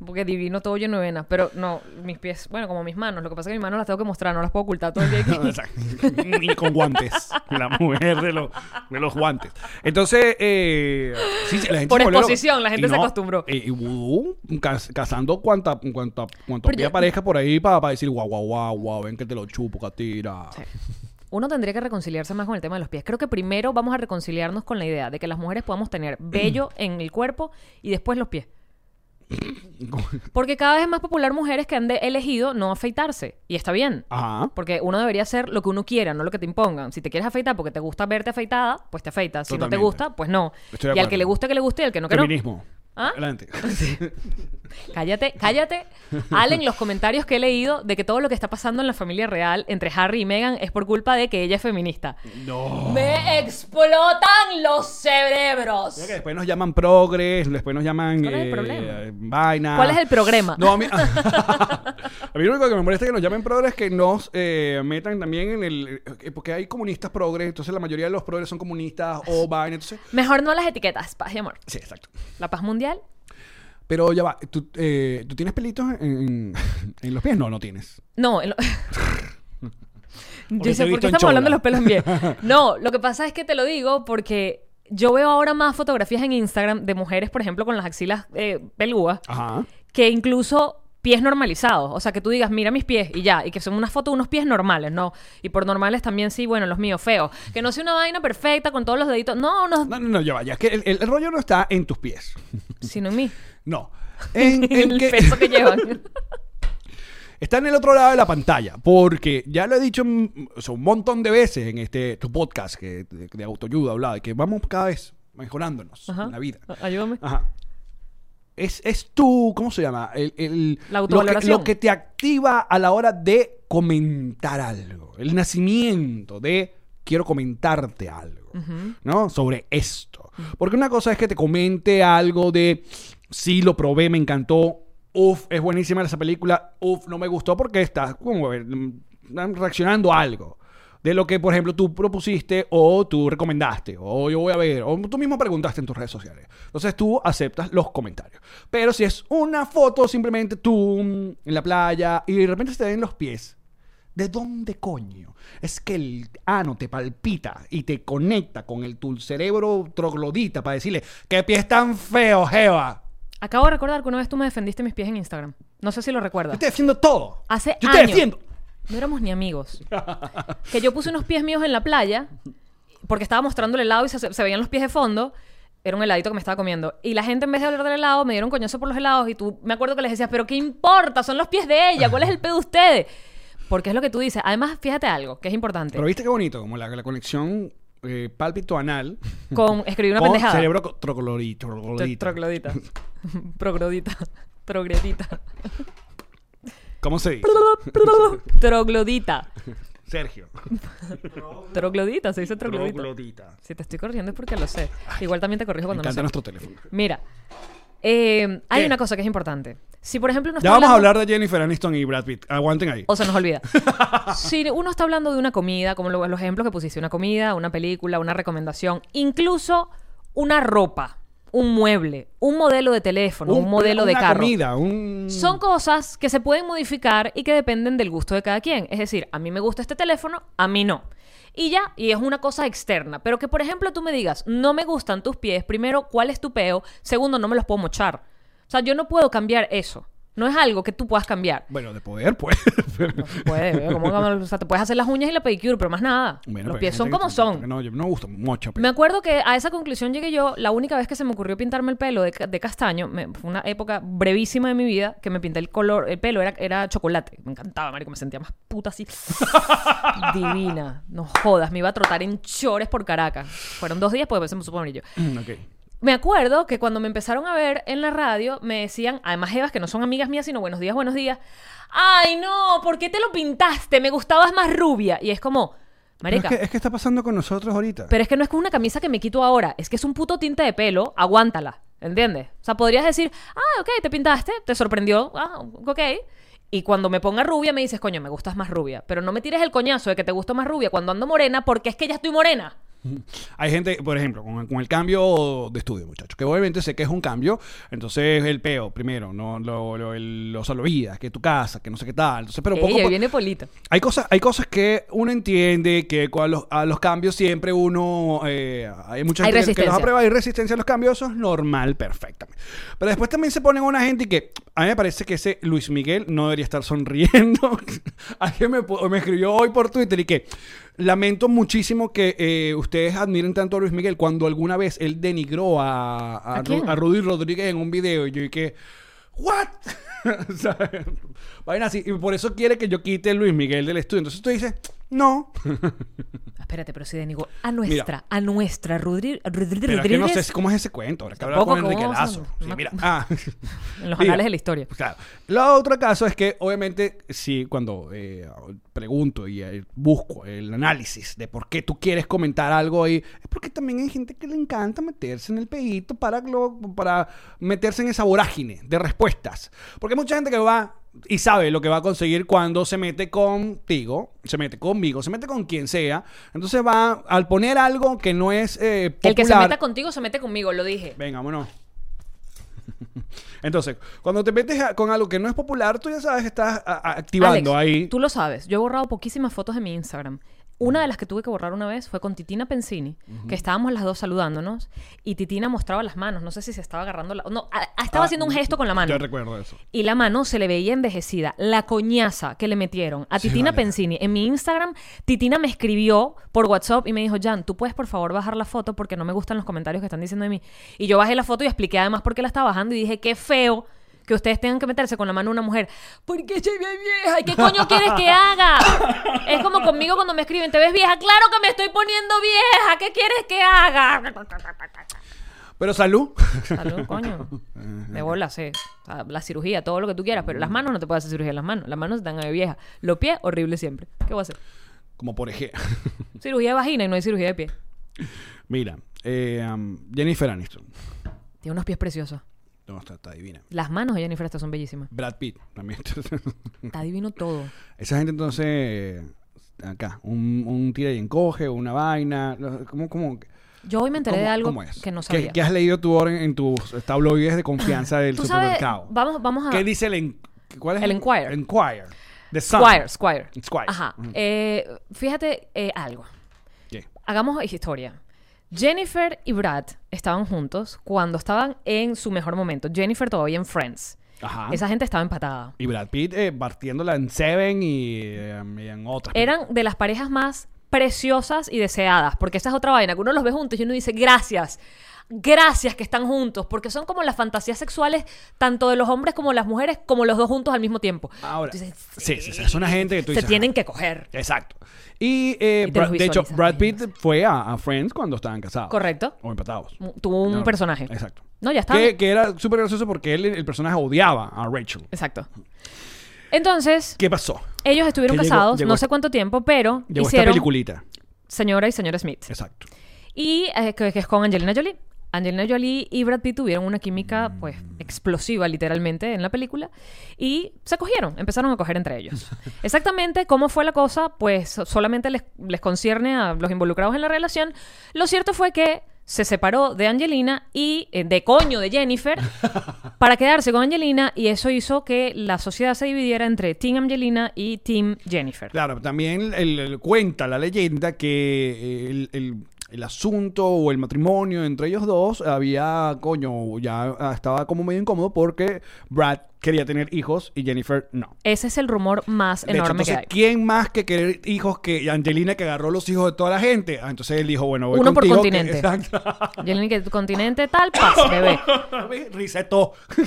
Speaker 2: Porque divino todo lleno de venas. Pero no, mis pies, bueno, como mis manos. Lo que pasa es que mis manos las tengo que mostrar, no las puedo ocultar todo el día. aquí.
Speaker 1: Exacto. Ni con guantes. La mujer de, los- de los guantes. Entonces, eh, sí, sí, la gente
Speaker 2: Por
Speaker 1: se volvió
Speaker 2: exposición,
Speaker 1: loca.
Speaker 2: la gente
Speaker 1: Y
Speaker 2: se acostumbró.
Speaker 1: eh, y vudú, caz- cazando cuanta, cuanta, cuanto
Speaker 2: Pero
Speaker 1: pie
Speaker 2: yo-
Speaker 1: aparezca por ahí para, decir guau, guau, guau, guau, ven que te lo chupo, catira.
Speaker 2: Sí. Uno tendría que reconciliarse más con el tema de los pies. Creo que primero vamos a reconciliarnos con la idea de que las mujeres podamos tener vello en el cuerpo y después los pies. Porque cada vez es más popular mujeres que han de- elegido no afeitarse. Y está bien.
Speaker 1: Ajá.
Speaker 2: Porque uno debería hacer lo que uno quiera, no lo que te impongan. Si te quieres afeitar porque te gusta verte afeitada, pues te afeitas. Si no
Speaker 1: Totalmente.
Speaker 2: te gusta, pues no.
Speaker 1: Estoy de
Speaker 2: y al
Speaker 1: acuerdo.
Speaker 2: que le guste, que le guste, y al que no, que no.
Speaker 1: Feminismo.
Speaker 2: ¿Ah?
Speaker 1: Adelante.
Speaker 2: Cállate, cállate. Allen, los comentarios que he leído de que todo lo que está pasando en la familia real entre Harry y Meghan es por culpa de que ella es feminista.
Speaker 1: No.
Speaker 2: ¡Me explotan los cerebros!
Speaker 1: Mira que después nos llaman progres, después nos llaman
Speaker 2: ¿Cuál es el
Speaker 1: eh,
Speaker 2: problema?
Speaker 1: vaina.
Speaker 2: ¿Cuál es el programa?
Speaker 1: No, a mí, a mí lo único que me molesta es que nos llamen progres que nos eh, metan también en el... eh, Porque hay comunistas progres, entonces la mayoría de los progres son comunistas o vaina, entonces...
Speaker 2: Mejor no las etiquetas, paz y amor.
Speaker 1: Sí, exacto.
Speaker 2: La paz mundial,
Speaker 1: Pero ya va, ¿tú, eh, ¿tú tienes pelitos en, en los pies? No, no tienes.
Speaker 2: No, en lo-
Speaker 1: Porque
Speaker 2: yo sé,
Speaker 1: te he visto
Speaker 2: ¿por qué
Speaker 1: en
Speaker 2: estamos
Speaker 1: chola.
Speaker 2: hablando de los pelos en pie? No, lo que pasa es que te lo digo porque yo veo ahora más fotografías en Instagram de mujeres, por ejemplo, con las axilas eh, pelúas,
Speaker 1: Ajá.
Speaker 2: que incluso pies normalizados. O sea, que tú digas, mira mis pies y ya. Y que son una foto de unos pies normales, ¿no? Y por normales también sí, bueno, los míos feos. Que no sea una vaina perfecta con todos los deditos. No, unos...
Speaker 1: No, no, no, ya va, ya es que el, el rollo no está en tus pies.
Speaker 2: Sino en mí.
Speaker 1: No. En, en
Speaker 2: El peso que llevan.
Speaker 1: Está en el otro lado de la pantalla, porque ya lo he dicho mm, o sea, un montón de veces en este tu podcast que, de, de autoayuda hablaba, que vamos cada vez mejorándonos
Speaker 2: Ajá.
Speaker 1: en la vida.
Speaker 2: Ayúdame.
Speaker 1: Ajá. Es, es tu, ¿cómo se llama? El, el-
Speaker 2: La
Speaker 1: lo, que,
Speaker 2: autovaloración.
Speaker 1: lo que te activa a la hora de comentar algo. El nacimiento de quiero comentarte algo, ¿no? Sobre esto. Porque una cosa es que te comente algo de sí, lo probé, me encantó, uf, es buenísima esa película, uf, no me gustó porque estás como eh, reaccionando a algo. De lo que, por ejemplo, tú propusiste o tú recomendaste, o yo voy a ver, o tú mismo preguntaste en tus redes sociales. Entonces tú aceptas los comentarios. Pero si es una foto, simplemente tú mm, en la playa y de repente se te ven los pies. ¿De dónde coño? Es que el ano te palpita y te conecta con el, tu cerebro troglodita para decirle, qué pies tan feos, Jeva.
Speaker 2: Acabo de recordar que una vez tú me defendiste mis pies en Instagram. No sé si lo recuerdas.
Speaker 1: Yo te defiendo todo.
Speaker 2: Hace
Speaker 1: Yo te
Speaker 2: años.
Speaker 1: defiendo.
Speaker 2: No éramos ni amigos. que yo puse unos pies míos en la playa porque estaba mostrando el helado y se, se veían los pies de fondo. Era un heladito que me estaba comiendo. Y la gente, en vez de hablar del helado, me dieron coñazo por los helados. Y tú, me acuerdo que les decías, pero ¿qué importa? Son los pies de ella. ¿Cuál es el pedo de ustedes? Porque es lo que tú dices. Además, fíjate algo que es importante.
Speaker 1: Pero viste qué bonito, como la, la conexión eh, pálpito anal
Speaker 2: Con escribir una
Speaker 1: con
Speaker 2: pendejada.
Speaker 1: cerebro co- troglodita.
Speaker 2: Tro-
Speaker 1: troglodita.
Speaker 2: Troglodita. Progrodita. Trogredita.
Speaker 1: ¿Cómo se dice?
Speaker 2: Troglodita.
Speaker 1: Sergio.
Speaker 2: Troglodita, se dice troglodita.
Speaker 1: Troglodita.
Speaker 2: Si te estoy corrigiendo es porque lo sé. Igual también te corrijo
Speaker 1: Me
Speaker 2: cuando no
Speaker 1: encanta
Speaker 2: sé.
Speaker 1: nuestro teléfono.
Speaker 2: Mira, eh, hay
Speaker 1: ¿Qué?
Speaker 2: una cosa que es importante. Si, por ejemplo, uno
Speaker 1: Ya
Speaker 2: está
Speaker 1: vamos a
Speaker 2: hablando-
Speaker 1: hablar de Jennifer Aniston y Brad Pitt. Aguanten ahí.
Speaker 2: O se nos olvida. si uno está hablando de una comida, como lo- los ejemplos que pusiste, una comida, una película, una recomendación, incluso una ropa, un mueble, un modelo de teléfono, un,
Speaker 1: Un-
Speaker 2: modelo de
Speaker 1: una
Speaker 2: carro.
Speaker 1: comida, un...
Speaker 2: Son cosas que se pueden modificar y que dependen del gusto de cada quien. Es decir, a mí me gusta este teléfono, a mí no. Y ya, y es una cosa externa. Pero que, por ejemplo, tú me digas, no me gustan tus pies. Primero, ¿cuál es tu peo? Segundo, no me los puedo mochar. O sea, yo no puedo cambiar eso. No es algo que tú puedas cambiar.
Speaker 1: Bueno, de poder, pues.
Speaker 2: Puede, ¿cómo vamos? O sea, te puedes hacer las uñas y la pedicure, pero más nada.
Speaker 1: Bueno, pues,
Speaker 2: los
Speaker 1: pero
Speaker 2: pies
Speaker 1: hay
Speaker 2: son
Speaker 1: gente
Speaker 2: como
Speaker 1: que-
Speaker 2: son.
Speaker 1: No, yo no me gusta mucho. pues. pero-
Speaker 2: Me acuerdo que a esa conclusión llegué yo la única vez que se me ocurrió pintarme el pelo de, ca- de castaño. me- fue una época brevísima de mi vida que me pinté el color, el pelo era, era chocolate. Me encantaba, marico, me sentía más puta así. Divina. No jodas, me iba a trotar en chores por Caracas. Fueron dos días porque después se me puso amarillo.
Speaker 1: Mm, ok.
Speaker 2: Me acuerdo que cuando me empezaron a ver en la radio, me decían, además Evas, que no son amigas mías, sino buenos días, buenos días. Ay, no, ¿por qué te lo pintaste? Me gustabas más rubia. Y es como,
Speaker 1: Pero
Speaker 2: marica.
Speaker 1: es, que, es que está pasando con nosotros ahorita.
Speaker 2: Pero es que no es con una camisa que me quito ahora, es que es un puto tinte de pelo, aguántala, ¿entiendes? O sea, podrías decir, ah, ok, te pintaste, te sorprendió, ah, ok. Y cuando me ponga rubia me dices, coño, me gustas más rubia. Pero no me tires el coñazo de que te gusto más rubia cuando ando morena, porque es que ya estoy morena.
Speaker 1: Hay gente, por ejemplo, con, con el cambio de estudio, muchachos, que obviamente sé que es un cambio, entonces el peo, primero, no lo, lo, el- los salvavidas, que tu casa, que no sé qué tal. Entonces, pero poco, a
Speaker 2: Ella
Speaker 1: poco-
Speaker 2: viene polita.
Speaker 1: Hay cosas, hay cosas que uno entiende, que cu- a los, a los cambios siempre uno... eh, hay mucha gente que- que
Speaker 2: Hay
Speaker 1: los
Speaker 2: resistencia.
Speaker 1: aprueba, hay resistencia a los cambios, eso es normal, perfectamente. Pero después también se ponen una gente que... A mí me parece que ese Luis Miguel no debería estar sonriendo. Alguien me, pu- me escribió hoy por Twitter y que... Lamento muchísimo que eh, ustedes admiren tanto a Luis Miguel cuando alguna vez él denigró a, a,
Speaker 2: ¿A
Speaker 1: Ru-
Speaker 2: quién?
Speaker 1: a Rudy Rodríguez en un video y yo y que... ¿What? ¿Sabes? Vaina así. Y por eso quiere que yo quite a Luis Miguel del estudio. Entonces tú dices, no.
Speaker 2: Espérate, pero si denigo a nuestra, a nuestra Rodri- Rodri-
Speaker 1: Pero es que no
Speaker 2: Rodríguez
Speaker 1: sé si- cómo es ese cuento. Ahora que hablar
Speaker 2: Tampoco,
Speaker 1: con
Speaker 2: ¿cómo
Speaker 1: Enrique
Speaker 2: vamos a-
Speaker 1: Lazo. Sí,
Speaker 2: no-
Speaker 1: mira. Ah.
Speaker 2: en los
Speaker 1: Mira.
Speaker 2: anales de la historia.
Speaker 1: pues, Claro. Lo otro caso es que, obviamente, si cuando eh, pregunto y eh, busco el análisis de por qué tú quieres comentar algo ahí, es porque también hay gente que le encanta meterse en el pedito para, glo- para meterse en esa vorágine de respuestas. Porque hay mucha gente que va y sabe lo que va a conseguir cuando se mete contigo, se mete conmigo, se mete con quien sea. Entonces va al poner algo que no es eh, popular.
Speaker 2: El que se meta contigo se mete conmigo, lo dije.
Speaker 1: Venga, vámonos. Entonces, cuando te metes a- con algo que no es popular, tú ya sabes que estás a- a- activando
Speaker 2: Alex,
Speaker 1: ahí.
Speaker 2: Tú lo sabes, yo he borrado poquísimas fotos de mi Instagram. Una de las que tuve que borrar una vez fue con Titina Pensini, que estábamos las dos saludándonos y Titina mostraba las manos, no sé si se estaba agarrando la no, a- a- estaba
Speaker 1: Ah,
Speaker 2: haciendo un gesto con la mano.
Speaker 1: Yo recuerdo eso.
Speaker 2: Y la mano se le veía envejecida. La coñaza que le metieron a
Speaker 1: Sí,
Speaker 2: Titina
Speaker 1: vale.
Speaker 2: Pensini. En mi Instagram, Titina me escribió por WhatsApp y me dijo, Jan, tú puedes por favor bajar la foto porque no me gustan los comentarios que están diciendo de mí. Y yo bajé la foto y expliqué además por qué la estaba bajando y dije, qué feo que ustedes tengan que meterse con la mano de una mujer. ¿Por qué se ve vieja? ¿Y qué coño quieres que haga? Es como conmigo cuando me escriben, ¿te ves vieja? Claro que me estoy poniendo vieja. ¿Qué quieres que haga?
Speaker 1: Pero salud.
Speaker 2: Salud, coño. De bola, sí. O sea, la cirugía, todo lo que tú quieras, pero las manos no te puedes hacer cirugía en las manos. Las manos están ahí viejas. Los pies, horrible siempre. ¿Qué voy a hacer?
Speaker 1: Como por ejemplo.
Speaker 2: Cirugía de vagina y no hay cirugía de pie.
Speaker 1: Mira, eh, um, Jennifer Aniston.
Speaker 2: Tiene unos pies preciosos.
Speaker 1: No, está, está divina.
Speaker 2: Las manos de Jennifer Aniston son bellísimas.
Speaker 1: Brad Pitt también.
Speaker 2: Está divino todo.
Speaker 1: Esa gente entonces, eh, acá, un, un tira y encoge, una vaina. lo- ¿Cómo, cómo,
Speaker 2: Yo hoy me enteré de
Speaker 1: cómo-
Speaker 2: algo
Speaker 1: cómo es?
Speaker 2: que no
Speaker 1: ¿Qué-
Speaker 2: sabía. Ah,
Speaker 1: ¿Qué, has leído tú ahora en, en tus tabloides de confianza del
Speaker 2: Tú sabes,
Speaker 1: supermercado?
Speaker 2: vamos, vamos a...
Speaker 1: ¿Qué dice el... en- ¿Cuál es?
Speaker 2: El Enquirer.
Speaker 1: Enquirer. The Sun.
Speaker 2: Squire, Squire.
Speaker 1: Squire.
Speaker 2: Ajá.
Speaker 1: Ujú.
Speaker 2: Eh, fíjate eh, algo.
Speaker 1: ¿Qué?
Speaker 2: Hagamos historia. Jennifer y Brad estaban juntos cuando estaban en su mejor momento. Jennifer todavía en Friends.
Speaker 1: Ajá.
Speaker 2: Esa gente estaba empatada.
Speaker 1: Y Brad Pitt eh, partiéndola en Seven y, eh, y en otras.
Speaker 2: Eran de las parejas más preciosas y deseadas, porque esa es otra vaina, que uno los ve juntos y uno dice, gracias, gracias que están juntos, porque son como las fantasías sexuales tanto de los hombres como de las mujeres, como los dos juntos al mismo tiempo.
Speaker 1: Ahora.
Speaker 2: Tú dices,
Speaker 1: sí, sí, sí, es una gente que tú
Speaker 2: se
Speaker 1: dices,
Speaker 2: tienen
Speaker 1: "Ah".
Speaker 2: que coger,
Speaker 1: Exacto. Y, eh,
Speaker 2: Y te los
Speaker 1: Brad- de hecho,
Speaker 2: visualizas,
Speaker 1: Brad Pitt
Speaker 2: imagínate.
Speaker 1: fue a, a Friends cuando estaban casados.
Speaker 2: ¿correcto?
Speaker 1: O empatados.
Speaker 2: Mu- Tuvo un
Speaker 1: No,
Speaker 2: personaje.
Speaker 1: Exacto.
Speaker 2: No, ya está.
Speaker 1: Que, que era súper gracioso porque él, el personaje odiaba a Rachel.
Speaker 2: Exacto. Entonces,
Speaker 1: ¿Qué pasó?
Speaker 2: ellos estuvieron
Speaker 1: Que llegó-
Speaker 2: casados,
Speaker 1: llegó
Speaker 2: no
Speaker 1: esta-
Speaker 2: sé cuánto tiempo, pero
Speaker 1: Llegó esta
Speaker 2: hicieron
Speaker 1: peliculita.
Speaker 2: Señora y Señora Smith.
Speaker 1: Exacto.
Speaker 2: Y eh, que, que es con Angelina Jolie. Angelina Jolie y Brad Pitt tuvieron una química, pues, explosiva, literalmente, en la película. Y se cogieron, empezaron a coger entre ellos. Exactamente cómo fue la cosa, pues, so- solamente les, les concierne a los involucrados en la relación. Lo cierto fue que se separó de Angelina y eh, de coño de Jennifer para quedarse con Angelina y eso hizo que la sociedad se dividiera entre Team Angelina y Team Jennifer.
Speaker 1: Claro, también el- el- cuenta la leyenda que eh, el, el- el asunto o el matrimonio entre ellos dos había, coño, ya ah, estaba como medio incómodo porque Brad quería tener hijos y Jennifer no.
Speaker 2: Ese es el rumor más
Speaker 1: De hecho,
Speaker 2: enorme
Speaker 1: entonces,
Speaker 2: que hay.
Speaker 1: ¿quién más que querer hijos que Angelina que agarró los hijos de toda la gente? Ah, entonces él dijo, bueno, voy
Speaker 2: Uno por
Speaker 1: contigo, que-
Speaker 2: continente.
Speaker 1: exacto.
Speaker 2: Jenny, que tu continente tal, paz, bebé.
Speaker 1: Risetó.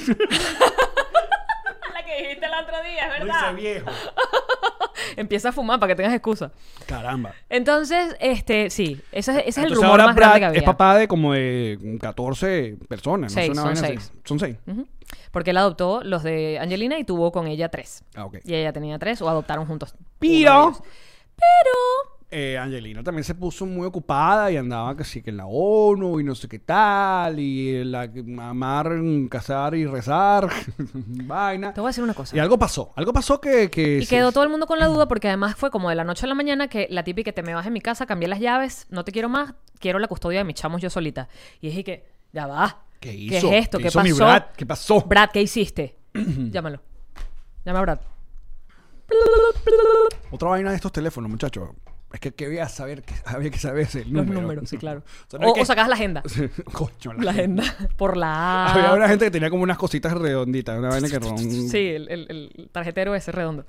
Speaker 2: La que dijiste el otro día, es
Speaker 1: Rise viejo.
Speaker 2: Empieza a fumar para que tengas excusa.
Speaker 1: Caramba.
Speaker 2: Entonces, este, sí, ese, es- ese es el
Speaker 1: Entonces
Speaker 2: rumor
Speaker 1: ahora
Speaker 2: más grande que
Speaker 1: Brad
Speaker 2: había.
Speaker 1: es papá de como de 14 personas.
Speaker 2: Seis,
Speaker 1: no Una
Speaker 2: son
Speaker 1: vaina así.
Speaker 2: seis.
Speaker 1: Son seis.
Speaker 2: Ujú. Porque él adoptó los de Angelina y tuvo con ella tres.
Speaker 1: Ah, ok.
Speaker 2: Y ella tenía tres o adoptaron juntos.
Speaker 1: Pero-
Speaker 2: uno de ellos. Pero.
Speaker 1: Eh, Angelina también se puso muy ocupada y andaba que sí que en la ONU y no sé qué tal y la amar, casar y rezar, vaina.
Speaker 2: Te voy a decir una cosa.
Speaker 1: Y algo pasó, algo pasó que... que
Speaker 2: Y
Speaker 1: sí.
Speaker 2: quedó todo el mundo con la duda porque además fue como de la noche a la mañana que la típica te me vas en mi casa, cambié las llaves, no te quiero más, quiero la custodia de mis chamos yo solita. Y dije que, ya va.
Speaker 1: ¿Qué
Speaker 2: es
Speaker 1: hizo?
Speaker 2: esto?
Speaker 1: ¿Qué
Speaker 2: ¿Qué,
Speaker 1: hizo mi
Speaker 2: pasó?
Speaker 1: Brad? ¿Qué pasó?
Speaker 2: Brad, ¿qué hiciste? Llámalo. Llama a Brad.
Speaker 1: Otra vaina de estos teléfonos, muchachos. Es que, que había, saber, que había que saberse el
Speaker 2: Los
Speaker 1: número.
Speaker 2: números, sí, claro.
Speaker 1: O, sea, no
Speaker 2: O,
Speaker 1: es que-
Speaker 2: o sacabas la agenda.
Speaker 1: Coño, la,
Speaker 2: La
Speaker 1: gente.
Speaker 2: agenda. Por la app.
Speaker 1: Había una gente que tenía como unas cositas redonditas, una vaina que... ron-
Speaker 2: Sí, el, el- el tarjetero ese redondo.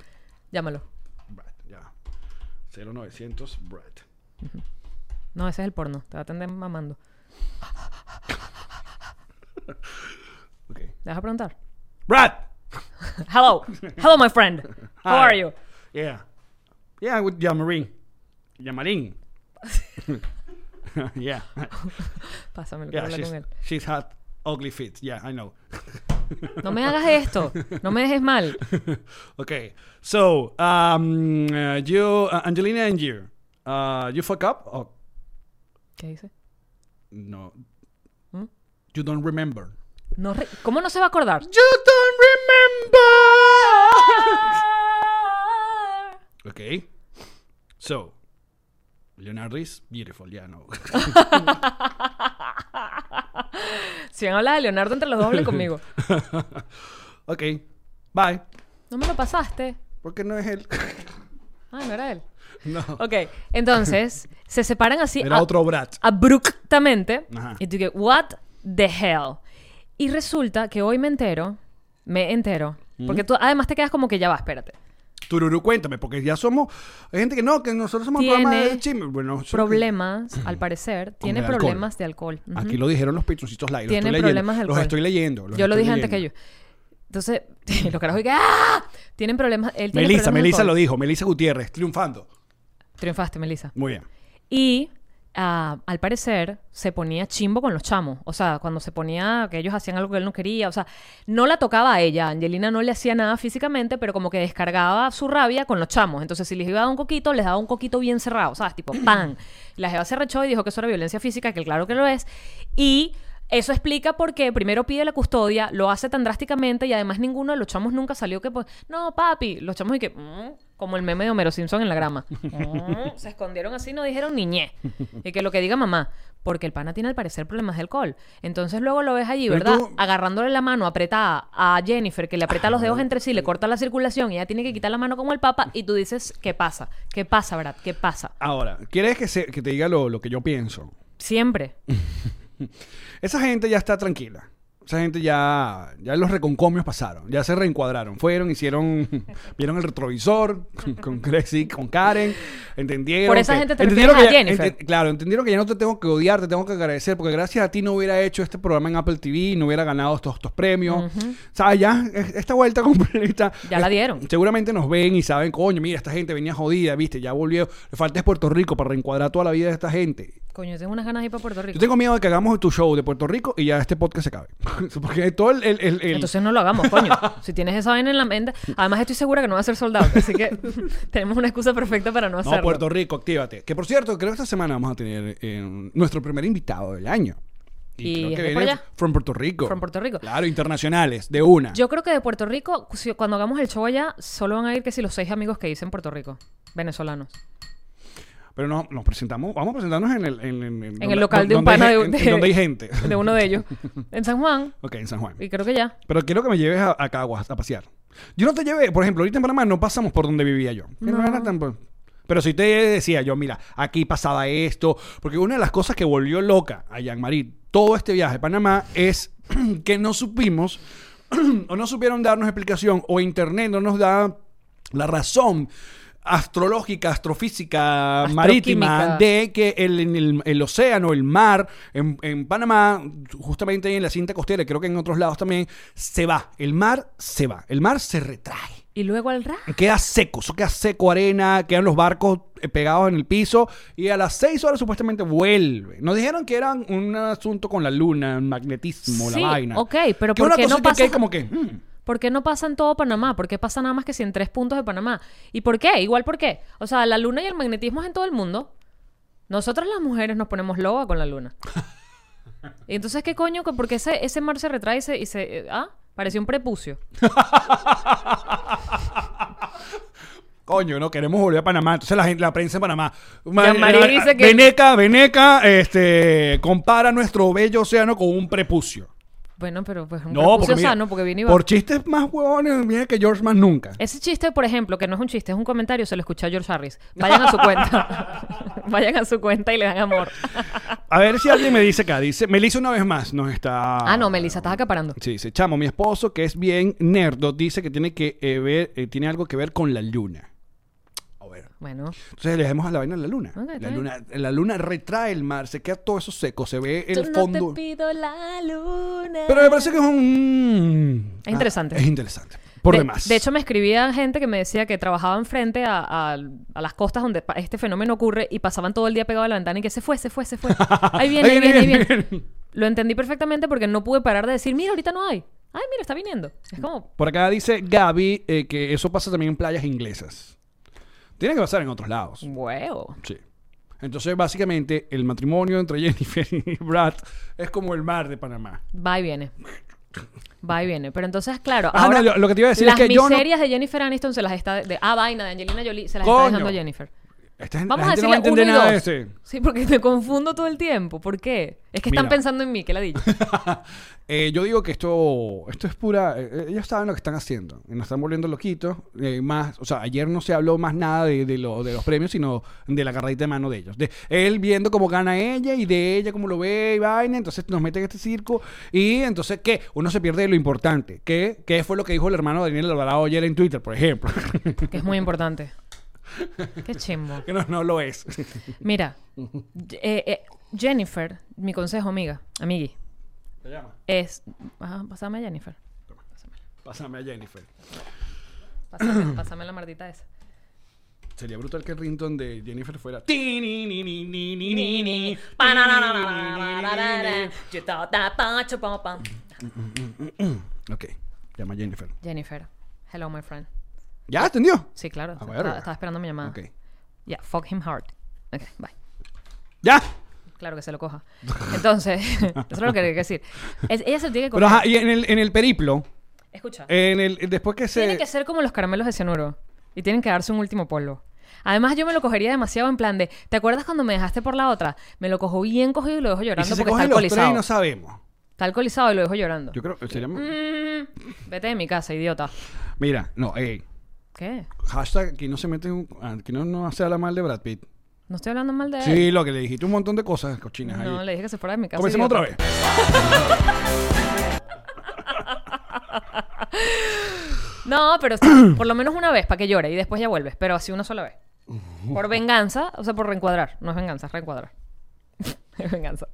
Speaker 2: Llámalo.
Speaker 1: Brad, ya. 0900 Brad.
Speaker 2: No, ese es el porno. Te va a atender mamando.
Speaker 1: Ok.
Speaker 2: ¿Te vas a preguntar?
Speaker 1: Brad.
Speaker 2: Hello. Hello, my friend. How
Speaker 1: Hi.
Speaker 2: are you?
Speaker 1: Yeah. Yeah, with Yamarin. Yamarin. yeah.
Speaker 2: Pásamelo. quiero
Speaker 1: Yeah,
Speaker 2: hablar
Speaker 1: she's,
Speaker 2: con él.
Speaker 1: she's had ugly feet. Yeah, I know.
Speaker 2: No me hagas esto. No me dejes mal.
Speaker 1: okay. So, um, uh, you, uh, Angelina and you, uh, you fuck up? Oh,
Speaker 2: ¿Qué dice?
Speaker 1: no.
Speaker 2: Hmm?
Speaker 1: You don't remember.
Speaker 2: No re- ¿Cómo no se va a acordar?
Speaker 1: You don't remember! okay. So, Leonardo is beautiful. Yeah, no.
Speaker 2: Si van a hablar de Leonardo entre los dos, hablen conmigo.
Speaker 1: okay. Bye.
Speaker 2: No me lo pasaste.
Speaker 1: Porque no es él.
Speaker 2: Ah, no era él.
Speaker 1: no.
Speaker 2: Ok, entonces se separan así
Speaker 1: Era
Speaker 2: a-
Speaker 1: otro Brad.
Speaker 2: abruptamente.
Speaker 1: Ajá.
Speaker 2: Y tú que, what the hell? Y resulta que hoy me entero, me entero,
Speaker 1: Mm.
Speaker 2: porque tú además te quedas como que ya va, espérate.
Speaker 1: Tururú, cuéntame, porque ya somos. Hay gente que no, que nosotros somos un programa
Speaker 2: Tiene
Speaker 1: de chisme. Bueno, eso es lo que-
Speaker 2: Problemas, al parecer, tiene
Speaker 1: el alcohol.
Speaker 2: problemas de alcohol. Ujú.
Speaker 1: Aquí lo dijeron los pichoncitos live.
Speaker 2: Tiene
Speaker 1: los estoy
Speaker 2: problemas de
Speaker 1: leyendo.
Speaker 2: alcohol.
Speaker 1: Los estoy leyendo. los
Speaker 2: yo lo
Speaker 1: estoy
Speaker 2: dije antes que yo.
Speaker 1: leyendo.
Speaker 2: Entonces, los carajos y que, ¡ah! Tienen problemas. Él tiene
Speaker 1: Melissa,
Speaker 2: problemas de
Speaker 1: Melissa
Speaker 2: alcohol.
Speaker 1: lo dijo. Melissa Gutiérrez, triunfando.
Speaker 2: Triunfaste, Melissa.
Speaker 1: Muy bien.
Speaker 2: Y ah, al parecer, se ponía chimbo con los chamos. O sea, cuando se ponía que ellos hacían algo que él no quería. O sea, no la tocaba a ella. Angelina no le hacía nada físicamente, pero como que descargaba su rabia con los chamos. Entonces, si les iba a dar un coquito, les daba un coquito bien cerrado. ¿Sabes? Tipo, ¡pam! La jeva se rechó y dijo que eso era violencia física, que claro que lo es. Y... Eso explica por qué primero pide la custodia, lo hace tan drásticamente y además ninguno de los chamos nunca salió que pues, no, papi, los chamos y que, "Mm", como el meme de Homero Simpson en la grama. Mm, se escondieron así, no dijeron niñé. Y que lo que diga mamá, porque el pana tiene al parecer problemas de alcohol. Entonces luego lo ves allí,
Speaker 1: Pero
Speaker 2: ¿verdad?
Speaker 1: tú-
Speaker 2: Agarrándole la mano apretada a Jennifer, que le aprieta los dedos entre sí, le corta la circulación y ella tiene que quitar la mano como el papa y tú dices, ¿qué pasa? ¿Qué pasa, Brad? ¿Qué pasa?
Speaker 1: Ahora, ¿quieres que, se- que te diga lo, lo que yo pienso?
Speaker 2: Siempre.
Speaker 1: Esa gente ya está tranquila. Esa gente ya, ya los reconcomios pasaron, ya se reencuadraron, fueron, hicieron, vieron el retrovisor con, con Crazy, con Karen, entendieron.
Speaker 2: Por esa
Speaker 1: que-
Speaker 2: gente te
Speaker 1: entendieron
Speaker 2: refieres
Speaker 1: que
Speaker 2: a
Speaker 1: ya-
Speaker 2: Jennifer.
Speaker 1: ente- claro, entendieron que ya no te tengo que odiar, te tengo que agradecer, porque gracias a ti no hubiera hecho este programa en Apple TV, no hubiera ganado estos, estos premios. O sea, ya es- esta vuelta completa.
Speaker 2: Ya la
Speaker 1: es-
Speaker 2: dieron.
Speaker 1: Seguramente nos ven y saben, coño, mira, esta gente venía jodida, viste, ya volvió. Le falta es Puerto Rico para reencuadrar toda la vida de esta gente.
Speaker 2: Coño, tengo unas ganas de ir para Puerto Rico.
Speaker 1: Yo tengo miedo de que hagamos tu show de Puerto Rico y ya este podcast se acabe. Porque todo el... el- el- el-
Speaker 2: Entonces no lo hagamos, coño. si tienes esa vaina en la mente. Además, estoy segura que no va a ser soldado. Así que tenemos una excusa perfecta para no
Speaker 1: no,
Speaker 2: hacerlo.
Speaker 1: Puerto Rico, actívate. Que por cierto, creo que esta semana vamos a tener eh, nuestro primer invitado del año.
Speaker 2: ¿Y
Speaker 1: creo
Speaker 2: es
Speaker 1: que
Speaker 2: de
Speaker 1: viene
Speaker 2: por allá?
Speaker 1: from Puerto Rico.
Speaker 2: From Puerto Rico.
Speaker 1: Claro, internacionales, de una.
Speaker 2: Yo creo que de Puerto Rico, si- cuando hagamos el show allá, solo van a ir que si los seis amigos que dicen Puerto Rico, venezolanos.
Speaker 1: Pero no, nos presentamos, vamos a presentarnos en el... En,
Speaker 2: En
Speaker 1: donde-
Speaker 2: el local de un
Speaker 1: donde hay
Speaker 2: pana de,
Speaker 1: gen- en- en donde hay gente.
Speaker 2: De uno de ellos. En San Juan.
Speaker 1: ok, en San Juan.
Speaker 2: Y creo que ya.
Speaker 1: Pero quiero que me lleves a, a Caguas a pasear. Yo no te llevé, por ejemplo, ahorita en Panamá no pasamos por donde vivía yo. Que no
Speaker 2: No.
Speaker 1: era tan po- Pero si te decía yo, mira, aquí pasaba esto, porque una de las cosas que volvió loca a Jean-Marie todo este viaje a Panamá es que no supimos o no supieron darnos explicación o internet no nos da la razón astrológica, astrofísica, marítima
Speaker 2: Astroquímica.
Speaker 1: de de que el, en el, el océano, el mar, en, en Panamá, justamente ahí en la cinta costera, y creo que en otros lados también, se va. El mar se va. El mar se retrae.
Speaker 2: Y luego al ra.
Speaker 1: Queda seco, eso queda seco arena, quedan los barcos eh, pegados en el piso y a las seis horas supuestamente vuelve. Nos dijeron que era un asunto con la luna, el magnetismo,
Speaker 2: Sí,
Speaker 1: la vaina.
Speaker 2: ok, pero
Speaker 1: que
Speaker 2: ¿por
Speaker 1: una
Speaker 2: qué no
Speaker 1: cosita que
Speaker 2: pasa-
Speaker 1: es como que... mm,
Speaker 2: ¿Por qué no pasa en todo Panamá? ¿Por qué pasa nada más que si en tres puntos de Panamá? ¿Y por qué? Igual por qué. O sea, la luna y el magnetismo es en todo el mundo. Nosotras las mujeres nos ponemos loba con la luna. Y entonces, ¿qué coño? ¿Por qué ese, ese mar se retrae y se... y se- eh, ah, pareció un prepucio.
Speaker 1: Coño, no queremos volver a Panamá. Entonces la gente, la prensa de Panamá. Ma-
Speaker 2: Jean-Marie
Speaker 1: eh,
Speaker 2: dice que-
Speaker 1: Veneca, Veneca, este, compara nuestro bello océano con un prepucio.
Speaker 2: Bueno, pero pues un
Speaker 1: No,
Speaker 2: prepucio
Speaker 1: porque mira,
Speaker 2: sano, porque viene y va. Eh.
Speaker 1: por chistes más huevones, mira que George más nunca.
Speaker 2: Ese chiste, por ejemplo, que no es un chiste, es un comentario, se lo escuché a George Harris. Vayan a su cuenta. Vayan a su cuenta y le dan amor.
Speaker 1: A ver si alguien me dice acá, dice, Melissa una vez más nos está...
Speaker 2: Ah, no, Melissa, estás acaparando.
Speaker 1: Sí, dice, chamo, mi esposo, que es bien nerdo, dice que tiene que eh, ver, eh, tiene algo que ver con la luna. A ver.
Speaker 2: Bueno,
Speaker 1: Entonces le dejemos a la vaina a la luna.
Speaker 2: Ok, está
Speaker 1: la
Speaker 2: bien.
Speaker 1: luna. La luna retrae el mar, se queda todo eso seco, se ve el
Speaker 2: Yo
Speaker 1: fondo.
Speaker 2: no te pido la luna.
Speaker 1: Pero me parece que es un...
Speaker 2: Es interesante.
Speaker 1: Ah, es interesante. Por
Speaker 2: de,
Speaker 1: demás.
Speaker 2: De hecho, me escribía gente que me decía que trabajaban frente a, a- a las costas donde pa- este fenómeno ocurre y pasaban todo el día pegado a la ventana y que se fue, se fue, se fue. Ahí viene, ahí viene, ahí viene. Lo entendí perfectamente porque no pude parar de decir, mira, ahorita no hay. Ay, mira, está viniendo. Es como,
Speaker 1: Por acá dice Gaby eh, que eso pasa también en playas inglesas. Tiene que pasar en otros
Speaker 2: Mm.
Speaker 1: lados.
Speaker 2: huevo.
Speaker 1: Sí. Entonces, básicamente, el matrimonio entre Jennifer y Brad es como el mar de Panamá.
Speaker 2: Va y viene. Va y viene. Pero entonces, claro.
Speaker 1: Ah,
Speaker 2: ahora,
Speaker 1: no, yo- lo que te iba a decir es
Speaker 2: las
Speaker 1: que yo no-
Speaker 2: miserias de Jennifer Aniston se las está. De, ah, vaina de Angelina Jolie se las
Speaker 1: Coño.
Speaker 2: está dejando a Jennifer.
Speaker 1: Esta gente-
Speaker 2: Vamos
Speaker 1: la
Speaker 2: a
Speaker 1: gente no va
Speaker 2: decirle
Speaker 1: a
Speaker 2: uno
Speaker 1: entender
Speaker 2: y
Speaker 1: nada de
Speaker 2: dos.
Speaker 1: este.
Speaker 2: Sí, porque te confundo todo el tiempo. ¿Por qué? Es que están
Speaker 1: Mira.
Speaker 2: pensando en mí, que la digo.
Speaker 1: Eh, yo digo que esto, esto es pura. eh, ellos saben lo que están haciendo. y Nos están volviendo loquitos. eh, más, o sea, ayer no se habló más nada de, de lo- de los premios, sino de la agarradita de mano de ellos. De él viendo cómo gana ella y de ella cómo lo ve y vaina. Entonces nos meten en este circo. Y entonces, ¿qué? Uno se pierde de lo importante. ¿Qué, ¿Qué fue lo que dijo el hermano Daniel Alvarado ayer en Twitter, por ejemplo?
Speaker 2: que es muy importante. Qué chimbo.
Speaker 1: que no, no lo es.
Speaker 2: Mira, eh, eh, Jennifer, mi consejo, amiga, amigui,
Speaker 1: ¿Te llama?
Speaker 2: es. Ajá, pásame a Jennifer.
Speaker 1: Pásame a Jennifer.
Speaker 2: Pásame, pásame la mardita esa.
Speaker 1: Se Sería brutal que el ringtone de Jennifer fuera. Ok, llama a Jennifer.
Speaker 2: Jennifer, hello my friend.
Speaker 1: ¿Ya entendió?
Speaker 2: Sí, claro.
Speaker 1: Ah,
Speaker 2: estaba,
Speaker 1: verga.
Speaker 2: estaba esperando mi llamada.
Speaker 1: Ok.
Speaker 2: Ya, fuck him hard. Ok, bye.
Speaker 1: ¡Ya!
Speaker 2: Claro que se lo coja. Entonces, eso es lo que quería decir. Es- ella se lo tiene que
Speaker 1: Pero
Speaker 2: coger.
Speaker 1: ajá, y en el, en el periplo,
Speaker 2: Escucha.
Speaker 1: en el, después que se.
Speaker 2: Tiene que ser como los caramelos de cianuro. Y tienen que darse un último polvo. Además, yo me lo cogería demasiado en plan de. ¿Te acuerdas cuando me dejaste por la otra? Me lo cojo bien cogido y lo dejo
Speaker 1: y
Speaker 2: llorando
Speaker 1: si se
Speaker 2: porque está
Speaker 1: cogen los tres
Speaker 2: alcoholizado.
Speaker 1: y no sabemos.
Speaker 2: Está alcoholizado y lo dejo llorando.
Speaker 1: Yo creo que sería.
Speaker 2: Mm, vete de mi casa, idiota.
Speaker 1: Mira, no, ey.
Speaker 2: ¿Qué?
Speaker 1: Hashtag aquí no se mete un. ah, Aquí no, no se habla mal de Brad Pitt.
Speaker 2: No estoy hablando mal de él.
Speaker 1: Sí, lo que le dijiste un montón de cosas cochinas ahí.
Speaker 2: No, le dije que se fuera de mi casa.
Speaker 1: Comencemos
Speaker 2: idiota.
Speaker 1: otra vez.
Speaker 2: No, pero sí, por lo menos una vez para que llore y después ya vuelves, pero así una sola vez. Por venganza, o sea, por reencuadrar. No es venganza, es reencuadrar. es venganza.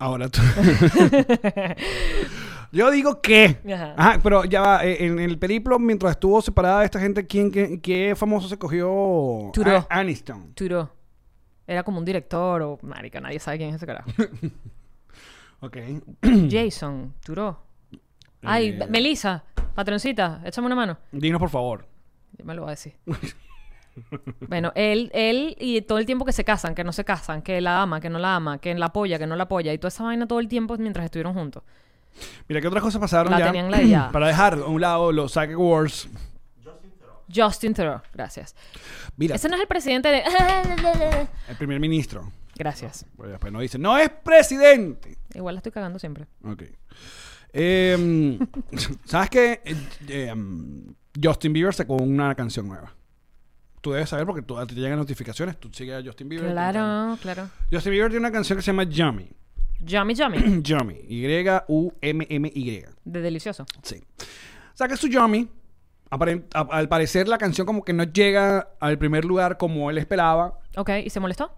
Speaker 1: Ahora tú. Yo digo que.
Speaker 2: Ajá.
Speaker 1: Ajá. pero ya va. eh, En el periplo, mientras estuvo separada de esta gente, ¿quién, qué, qué famoso se cogió?
Speaker 2: Turo.
Speaker 1: A- Aniston.
Speaker 2: Turo. Era como un director o marica, nadie sabe quién es ese carajo.
Speaker 1: Ok.
Speaker 2: Jason, Turo. Ay,
Speaker 1: Eh.
Speaker 2: Melissa, patroncita, échame una mano.
Speaker 1: Dinos, por favor.
Speaker 2: Yo me lo voy a decir. bueno, él, él y todo el tiempo que se casan, que no se casan, que la ama, que no la ama, que la apoya, que no la apoya, y toda esa vaina todo el tiempo mientras estuvieron juntos.
Speaker 1: Mira, ¿qué otras cosas pasaron
Speaker 2: La
Speaker 1: ya?
Speaker 2: tenían ladeada.
Speaker 1: Para dejar a un lado los SAG Awards.
Speaker 2: Justin Trudeau, gracias.
Speaker 1: Mira,
Speaker 2: Ese no es el presidente de...
Speaker 1: el primer ministro.
Speaker 2: Gracias.
Speaker 1: Bueno, después no dice, no es presidente.
Speaker 2: Igual la estoy cagando siempre.
Speaker 1: Ok. Em, ¿Sabes qué? Eh, em, Justin Bieber sacó una canción nueva. Tú debes saber porque tú, a ti te llegan notificaciones. Tú sigues a Justin Bieber.
Speaker 2: Claro, claro.
Speaker 1: Justin Bieber tiene una canción que se llama Yummy.
Speaker 2: Yummy, yummy.
Speaker 1: Yummy. Y-U-M-M-Y.
Speaker 2: De delicioso.
Speaker 1: Sí. Saca su Yummy. Aparent- a- al parecer la canción como que no llega al primer lugar como él esperaba.
Speaker 2: Ok, ¿y se molestó?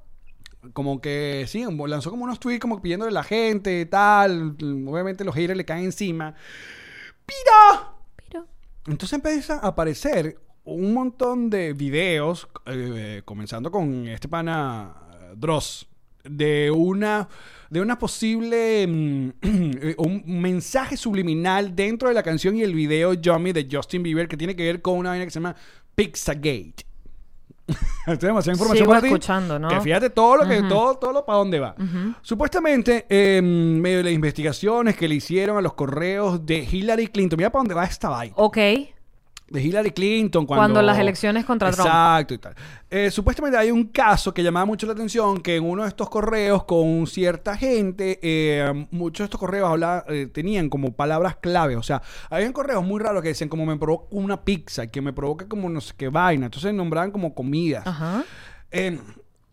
Speaker 1: Como que sí, un- lanzó como unos tweets como pidiéndole a la gente, tal. Obviamente los haters le caen encima. ¡Piro!
Speaker 2: Pero...
Speaker 1: Entonces empieza a aparecer un montón de videos, eh, comenzando con este pana eh, Dross, de una, de una posible mm, eh, un mensaje subliminal dentro de la canción y el video Yummy de Justin Bieber que tiene que ver con una vaina que se llama Pizzagate. Esto es demasiada información
Speaker 2: Sigo
Speaker 1: para ti.
Speaker 2: escuchando, ¿no?
Speaker 1: Que fíjate todo lo que, todo, todo lo para dónde va. Supuestamente, eh, medio de las investigaciones que le hicieron a los correos de Hillary Clinton, mira para dónde va esta vaina
Speaker 2: Ok.
Speaker 1: de Hillary Clinton cuando,
Speaker 2: Cuando las elecciones contra Trump.
Speaker 1: Exacto y tal. Eh, supuestamente hay un caso que llamaba mucho la atención que en uno de estos correos con cierta gente, eh, muchos de estos correos habla- eh, tenían como palabras clave. O sea, habían correos muy raros que decían como me provoca una pizza, que me provoca como no sé qué vaina. Entonces nombraban como comidas.
Speaker 2: Ajá.
Speaker 1: Eh,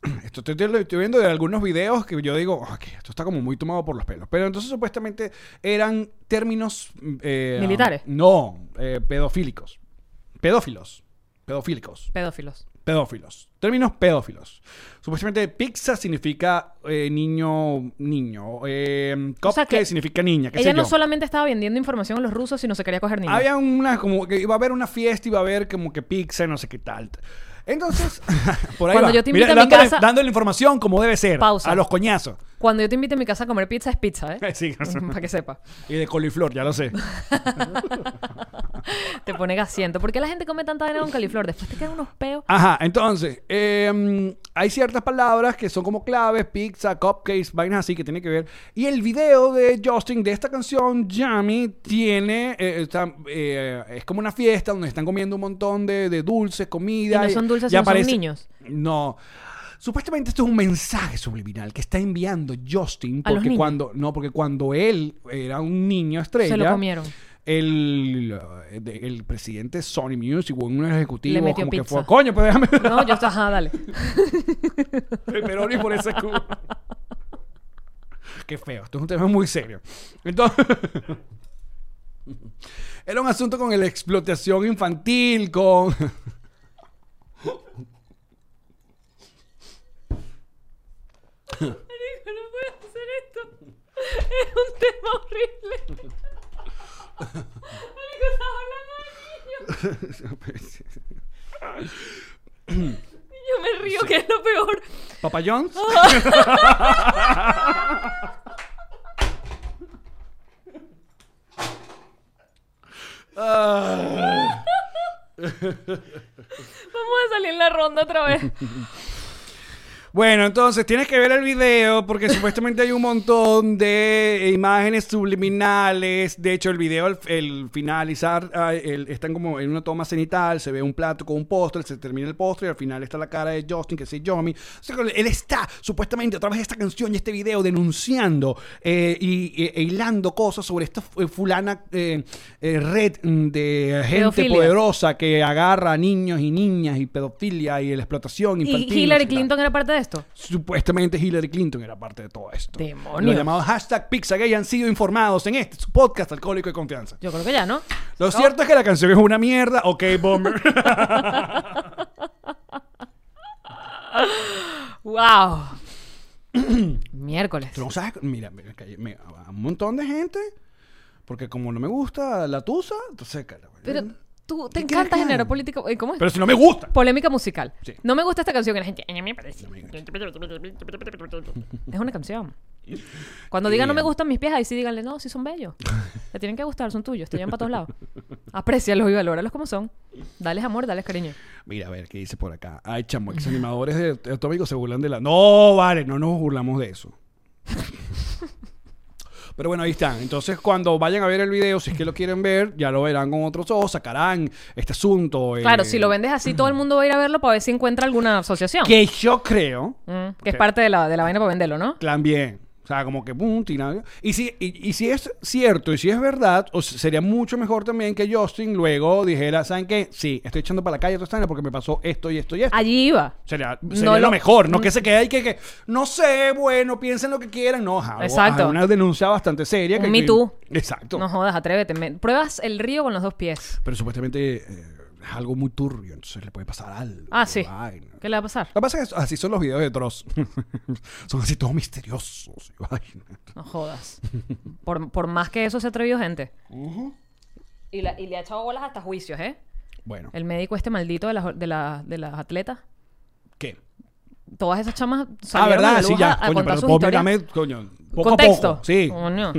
Speaker 1: esto estoy, estoy- estoy viendo de algunos videos que yo digo, ok, esto está como muy tomado por los pelos. Pero entonces supuestamente eran términos... eh,
Speaker 2: ¿Militares?
Speaker 1: No, eh, pedofílicos. Pedófilos. Pedofílicos.
Speaker 2: Pedófilos.
Speaker 1: Pedófilos. Términos pedófilos. Supuestamente pizza significa eh, niño, niño. Eh,
Speaker 2: O sea,
Speaker 1: cupcake
Speaker 2: que
Speaker 1: significa niña. qué sé
Speaker 2: Ella no
Speaker 1: yo.
Speaker 2: solamente estaba vendiendo información a los rusos, sino se quería coger niños.
Speaker 1: Había una, como que iba a haber una fiesta, iba a haber como que pizza y no sé qué tal. Entonces, por ahí
Speaker 2: Cuando
Speaker 1: va.
Speaker 2: yo te invite a mi
Speaker 1: dándole,
Speaker 2: casa-
Speaker 1: dándole información como debe ser.
Speaker 2: Pausa.
Speaker 1: A los coñazos.
Speaker 2: Cuando yo te invite a mi casa a comer pizza, es pizza, ¿eh?
Speaker 1: Sí, o sea,
Speaker 2: Para que sepa.
Speaker 1: y de coliflor, ya lo sé.
Speaker 2: Te pone gasiento. ¿Por qué la gente come tanta vaina con califlor? Después te quedan unos peos.
Speaker 1: Ajá, entonces, eh, hay ciertas palabras que son como claves, pizza, cupcakes, vainas así que tiene que ver. Y el video de Justin de esta canción, Yummy, tiene, eh, está, eh, es como una fiesta donde están comiendo un montón de, de dulces, comida.
Speaker 2: Y no son dulces, sino son niños.
Speaker 1: No. Supuestamente esto es un mensaje subliminal que está enviando Justin
Speaker 2: A los
Speaker 1: porque
Speaker 2: niños.
Speaker 1: cuando no porque cuando él era un niño estrella
Speaker 2: Se lo comieron.
Speaker 1: el, eh, de- el presidente de Sony Music o uno de los
Speaker 2: Le
Speaker 1: ejecutivos
Speaker 2: metió
Speaker 1: como que
Speaker 2: pizza.
Speaker 1: fue coño pues déjame
Speaker 2: No, yo estaba... Ajá, dale.
Speaker 1: pepperoni por ese cubo qué feo esto es un tema muy serio entonces era un asunto con la explotación infantil con
Speaker 2: Marico, no puedo hacer esto. Es un tema horrible. Marico, estás hablando de niños. Yo me río, que es lo peor.
Speaker 1: Papa John's. Ah.
Speaker 2: Vamos a salir en la ronda otra vez.
Speaker 1: Bueno, entonces tienes que ver el video porque supuestamente hay un montón de imágenes subliminales. De hecho, el video, al el finalizar, ah, el- están como en una toma cenital, se ve un plato con un postre, se termina el postre y al final está la cara de Justin, que es Yomi. O sea, él está supuestamente a través de esta canción y este video denunciando eh, y, e- e hilando cosas sobre esta fu- fulana eh, eh, red mm, de gente
Speaker 2: Pedofilia.
Speaker 1: poderosa que agarra a niños y niñas y pedofilia y la explotación infantil.
Speaker 2: ¿Y
Speaker 1: no
Speaker 2: Hillary
Speaker 1: sé qué tal
Speaker 2: Clinton era parte de esto?
Speaker 1: supuestamente Hillary Clinton era parte de todo esto.
Speaker 2: ¡Demonios!
Speaker 1: Los llamados hashtag Pizzagay han sido informados en este su podcast Alcohólico de Confianza.
Speaker 2: Yo creo que ya, ¿no?
Speaker 1: Lo cierto es que la canción es una mierda. Ok, Bomber.
Speaker 2: ¡Wow! Miércoles.
Speaker 1: Tú no sabes, mira, me caí- me- a un montón de gente, porque como no me gusta la tusa, entonces... cara,
Speaker 2: Pero
Speaker 1: bueno.
Speaker 2: tú te
Speaker 1: ¿Qué quieres
Speaker 2: encanta
Speaker 1: que
Speaker 2: generar
Speaker 1: haga?
Speaker 2: política. eh, ¿Cómo es?
Speaker 1: Pero si no me gusta.
Speaker 2: Polémica musical.
Speaker 1: Sí.
Speaker 2: No me gusta esta canción que la gente. "Ay, me parece". Es una canción. Cuando digan no me gustan mis pies, ahí sí díganle, no, sí son bellos. Te tienen que gustar, son tuyos, te llevan para todos lados. Aprécialos y valóralos como son. Dales amor, dales cariño.
Speaker 1: Mira, a ver, ¿qué dice por acá? Ay, chamo, ex animadores de Atómico se burlan de la... No, vale, no nos burlamos de eso. Pero bueno, ahí están. Entonces, cuando vayan a ver el video, si es que lo quieren ver, ya lo verán con otros ojos, sacarán este asunto. eh,
Speaker 2: Claro, si lo vendes así, todo el mundo va a ir a verlo para ver si encuentra alguna asociación.
Speaker 1: Que yo creo
Speaker 2: Mm, que es
Speaker 1: Ok.
Speaker 2: parte de la, de la vaina para venderlo, ¿no?
Speaker 1: también. O sea, como que pum, tina- Y si, y, y si es cierto y si es verdad, o s- sería mucho mejor también que Justin luego dijera, ¿saben qué? Sí, estoy echando para la calle otra porque me pasó esto y esto y esto.
Speaker 2: Allí iba.
Speaker 1: Sería,
Speaker 2: No
Speaker 1: sería lo,
Speaker 2: lo-
Speaker 1: mejor, no que se quede ahí que, que no sé, bueno, piensen lo que quieran, no, algo-
Speaker 2: Exacto.
Speaker 1: algo- una denuncia bastante seria.
Speaker 2: Un
Speaker 1: que,
Speaker 2: Me
Speaker 1: que-
Speaker 2: Too.
Speaker 1: Exacto.
Speaker 2: No jodas, atrévete. me- Pruebas el río con los dos pies.
Speaker 1: Pero supuestamente eh, es algo muy turbio, entonces le puede pasar algo.
Speaker 2: Ah, sí.
Speaker 1: vaina.
Speaker 2: ¿Qué le va a pasar?
Speaker 1: Lo que pasa es que así son los videos de Dross. son así todos misteriosos. y vaina.
Speaker 2: No jodas. Por, por más que eso se ha atrevido gente. y, la- y le ha echado bolas hasta juicios, ¿eh?
Speaker 1: Bueno,
Speaker 2: El médico este maldito de las, de la- de las atletas.
Speaker 1: ¿qué?
Speaker 2: Todas esas chamas
Speaker 1: Ah,
Speaker 2: salieron a la
Speaker 1: ¿verdad?
Speaker 2: luz
Speaker 1: Sí, ya.
Speaker 2: a, a
Speaker 1: coño,
Speaker 2: contar
Speaker 1: pero
Speaker 2: sus
Speaker 1: vos
Speaker 2: historias.
Speaker 1: mírame, coño, poco
Speaker 2: Contexto.
Speaker 1: a poco. Sí.
Speaker 2: Coño.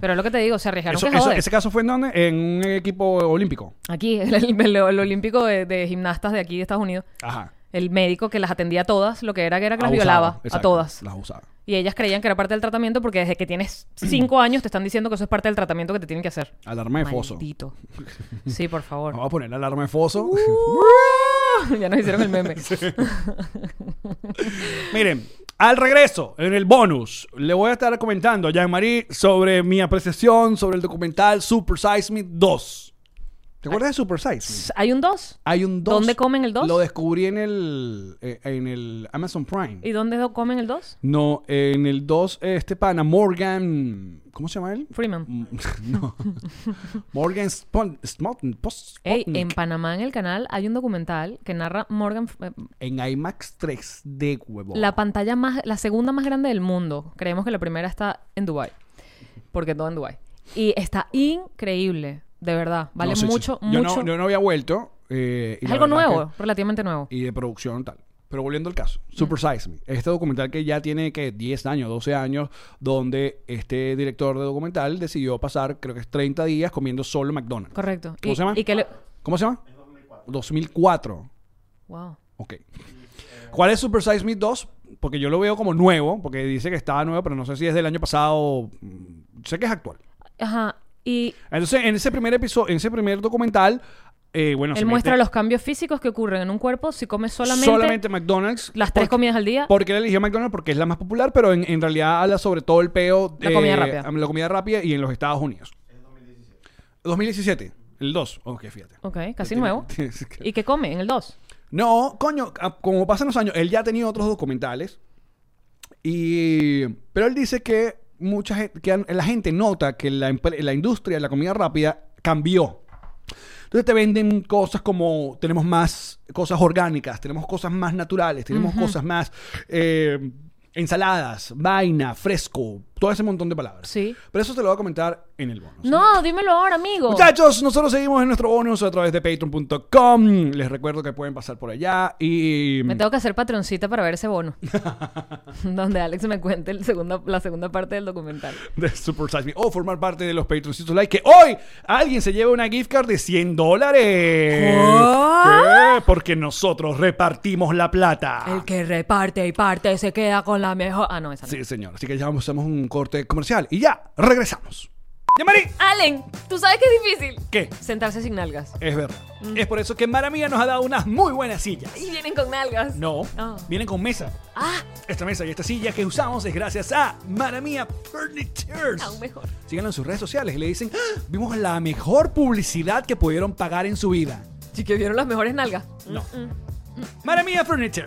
Speaker 2: Pero es lo que te digo, se arriesgaron
Speaker 1: Eso-
Speaker 2: que
Speaker 1: eso-
Speaker 2: jode.
Speaker 1: ese caso fue en donde? En un equipo olímpico.
Speaker 2: Aquí, el, el- el- el olímpico de, de gimnastas de aquí de Estados Unidos.
Speaker 1: Ajá.
Speaker 2: El médico que las atendía a todas, lo que era que era que las
Speaker 1: Abusaba,
Speaker 2: violaba a
Speaker 1: exacto,
Speaker 2: todas.
Speaker 1: Las usaba.
Speaker 2: Y ellas creían que era parte del tratamiento porque desde que tienes cinco años te están diciendo que eso es parte del tratamiento que te tienen que hacer.
Speaker 1: Alarma de foso. Ah.
Speaker 2: Maldito. Sí, por favor.
Speaker 1: Vamos a poner alarma de foso.
Speaker 2: Uh. ya nos hicieron el meme.
Speaker 1: Miren, al regreso, en el bonus, le voy a estar comentando a Jean-Marie sobre mi apreciación sobre el documental Super Size Me 2. ¿Te acuerdas de Super Size Me?
Speaker 2: ¿Hay un 2?
Speaker 1: Hay un 2.
Speaker 2: ¿Dónde comen el dos?
Speaker 1: Lo descubrí en el, eh, en el Amazon Prime.
Speaker 2: ¿Y dónde do- comen el 2?
Speaker 1: No, en el 2, este pana, Morgan. ¿Cómo se llama él?
Speaker 2: Freeman.
Speaker 1: Mm, no. Morgan Spon- Smotn- Pos-
Speaker 2: Ey,
Speaker 1: Spotnik.
Speaker 2: en Panamá, en el canal, hay un documental que narra Morgan... eh,
Speaker 1: en IMAX 3D, huevón.
Speaker 2: La pantalla más... La segunda más grande del mundo. Creemos que la primera está en Dubai Porque todo en Dubai Y está increíble. De verdad. Vale
Speaker 1: No sé,
Speaker 2: mucho,
Speaker 1: sí. Yo no-
Speaker 2: mucho.
Speaker 1: Yo no, había vuelto. eh, y
Speaker 2: es
Speaker 1: la
Speaker 2: algo
Speaker 1: verdad
Speaker 2: nuevo.
Speaker 1: que-
Speaker 2: Relativamente nuevo.
Speaker 1: y de producción tal. Pero volviendo al caso, Super Size Me, este documental que ya tiene que 10 años, 12 años, donde este director de documental decidió pasar, creo que es 30 días comiendo solo McDonald's.
Speaker 2: Correcto.
Speaker 1: ¿Cómo
Speaker 2: y,
Speaker 1: se llama?
Speaker 2: y que le-
Speaker 1: ¿Cómo se llama? 2004.
Speaker 2: Wow.
Speaker 1: Ok. ¿Cuál es Super Size Me 2? Porque yo lo veo como nuevo, porque dice que estaba nuevo, pero no sé si es del año pasado. mm, Sé que es actual.
Speaker 2: Ajá. Y
Speaker 1: Entonces, en ese primer episodio, en ese primer documental, eh, bueno, se
Speaker 2: él muestra
Speaker 1: mete
Speaker 2: los cambios físicos que ocurren en un cuerpo si comes solamente...
Speaker 1: solamente McDonald's.
Speaker 2: Las tres
Speaker 1: porque-
Speaker 2: comidas al día.
Speaker 1: ¿Por qué la eligió McDonald's? Porque es la más popular, pero en, en realidad habla sobre todo el peo
Speaker 2: La comida rápida.
Speaker 1: La comida rápida y en los Estados Unidos. 2017. El 2. Ok, fíjate.
Speaker 2: Ok, casi
Speaker 1: Tiene-
Speaker 2: nuevo.
Speaker 1: tienes que-
Speaker 2: ¿Y qué come en el 2?
Speaker 1: No, coño, a- como pasan los años, él ya ha tenido otros documentales. Y, pero él dice que mucha gente, que han- la gente nota que la, empre- la industria de la comida rápida cambió. Entonces te venden cosas como tenemos más cosas orgánicas, tenemos cosas más naturales, tenemos cosas más eh, ensaladas, vaina, fresco, todo ese montón de palabras.
Speaker 2: Sí.
Speaker 1: Pero eso te lo voy a comentar en el bonus.
Speaker 2: No, dímelo ahora, amigo.
Speaker 1: Muchachos, nosotros seguimos en nuestro bonus a través de patreon.com. Les recuerdo que pueden pasar por allá y...
Speaker 2: Me tengo que hacer patroncita para ver ese bono. Donde Alex me cuente el segunda, la segunda parte del documental.
Speaker 1: de Super Size Me, o formar parte de los Patroncitos Like que hoy alguien se lleva una gift card de 100 dólares ¿Qué? porque nosotros repartimos la plata
Speaker 2: El que reparte y parte se queda con la mejor. Ah, no, esa no.
Speaker 1: sí señor así que ya vamos hacemos un corte comercial y ya regresamos Yamari
Speaker 2: Allen, tú sabes que es difícil.
Speaker 1: ¿Qué?
Speaker 2: Sentarse sin nalgas.
Speaker 1: es verdad
Speaker 2: Mm.
Speaker 1: es por eso que Maramía nos ha dado unas muy buenas sillas
Speaker 2: Y vienen con nalgas.
Speaker 1: no
Speaker 2: Ah.
Speaker 1: vienen con mesa
Speaker 2: Ah,
Speaker 1: esta mesa y esta silla que usamos es gracias a Maramía Furnitures
Speaker 2: aún mejor.
Speaker 1: síganlo en sus redes sociales y le dicen "Ah, vimos la mejor publicidad que pudieron pagar en su vida
Speaker 2: Sí que vieron las mejores nalgas.
Speaker 1: No.
Speaker 2: mm,
Speaker 1: Mara mía, Furniture.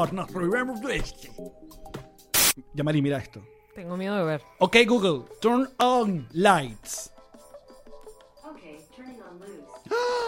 Speaker 1: nos Remember List. Jean Marín, mira esto.
Speaker 2: Tengo miedo de ver.
Speaker 1: Ok, Google, turn on lights.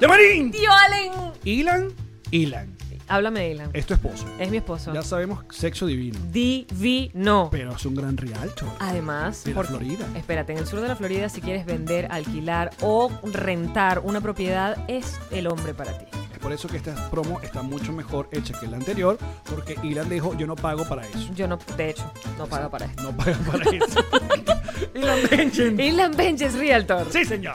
Speaker 1: ¡Llamarín!
Speaker 2: ¡Tío Allen!
Speaker 1: Ilan, Ilan,
Speaker 2: Háblame de Dylan.
Speaker 1: es tu esposo.
Speaker 2: Es mi esposo.
Speaker 1: Ya sabemos, sexo divino.
Speaker 2: Divino.
Speaker 1: Pero es un gran rialto.
Speaker 2: Además,
Speaker 1: De la
Speaker 2: Ah, por
Speaker 1: Florida.
Speaker 2: Espérate, en el sur de la Florida, si quieres vender, alquilar o rentar una propiedad, es el hombre para ti.
Speaker 1: Es por eso que esta promo está mucho mejor hecha que la anterior, porque Ilan dijo, yo no pago para eso.
Speaker 2: Yo no, de hecho, no pago para esto.
Speaker 1: No paga para eso. Ilan Benjen.
Speaker 2: Inland Benches Realtor.
Speaker 1: Sí, señor.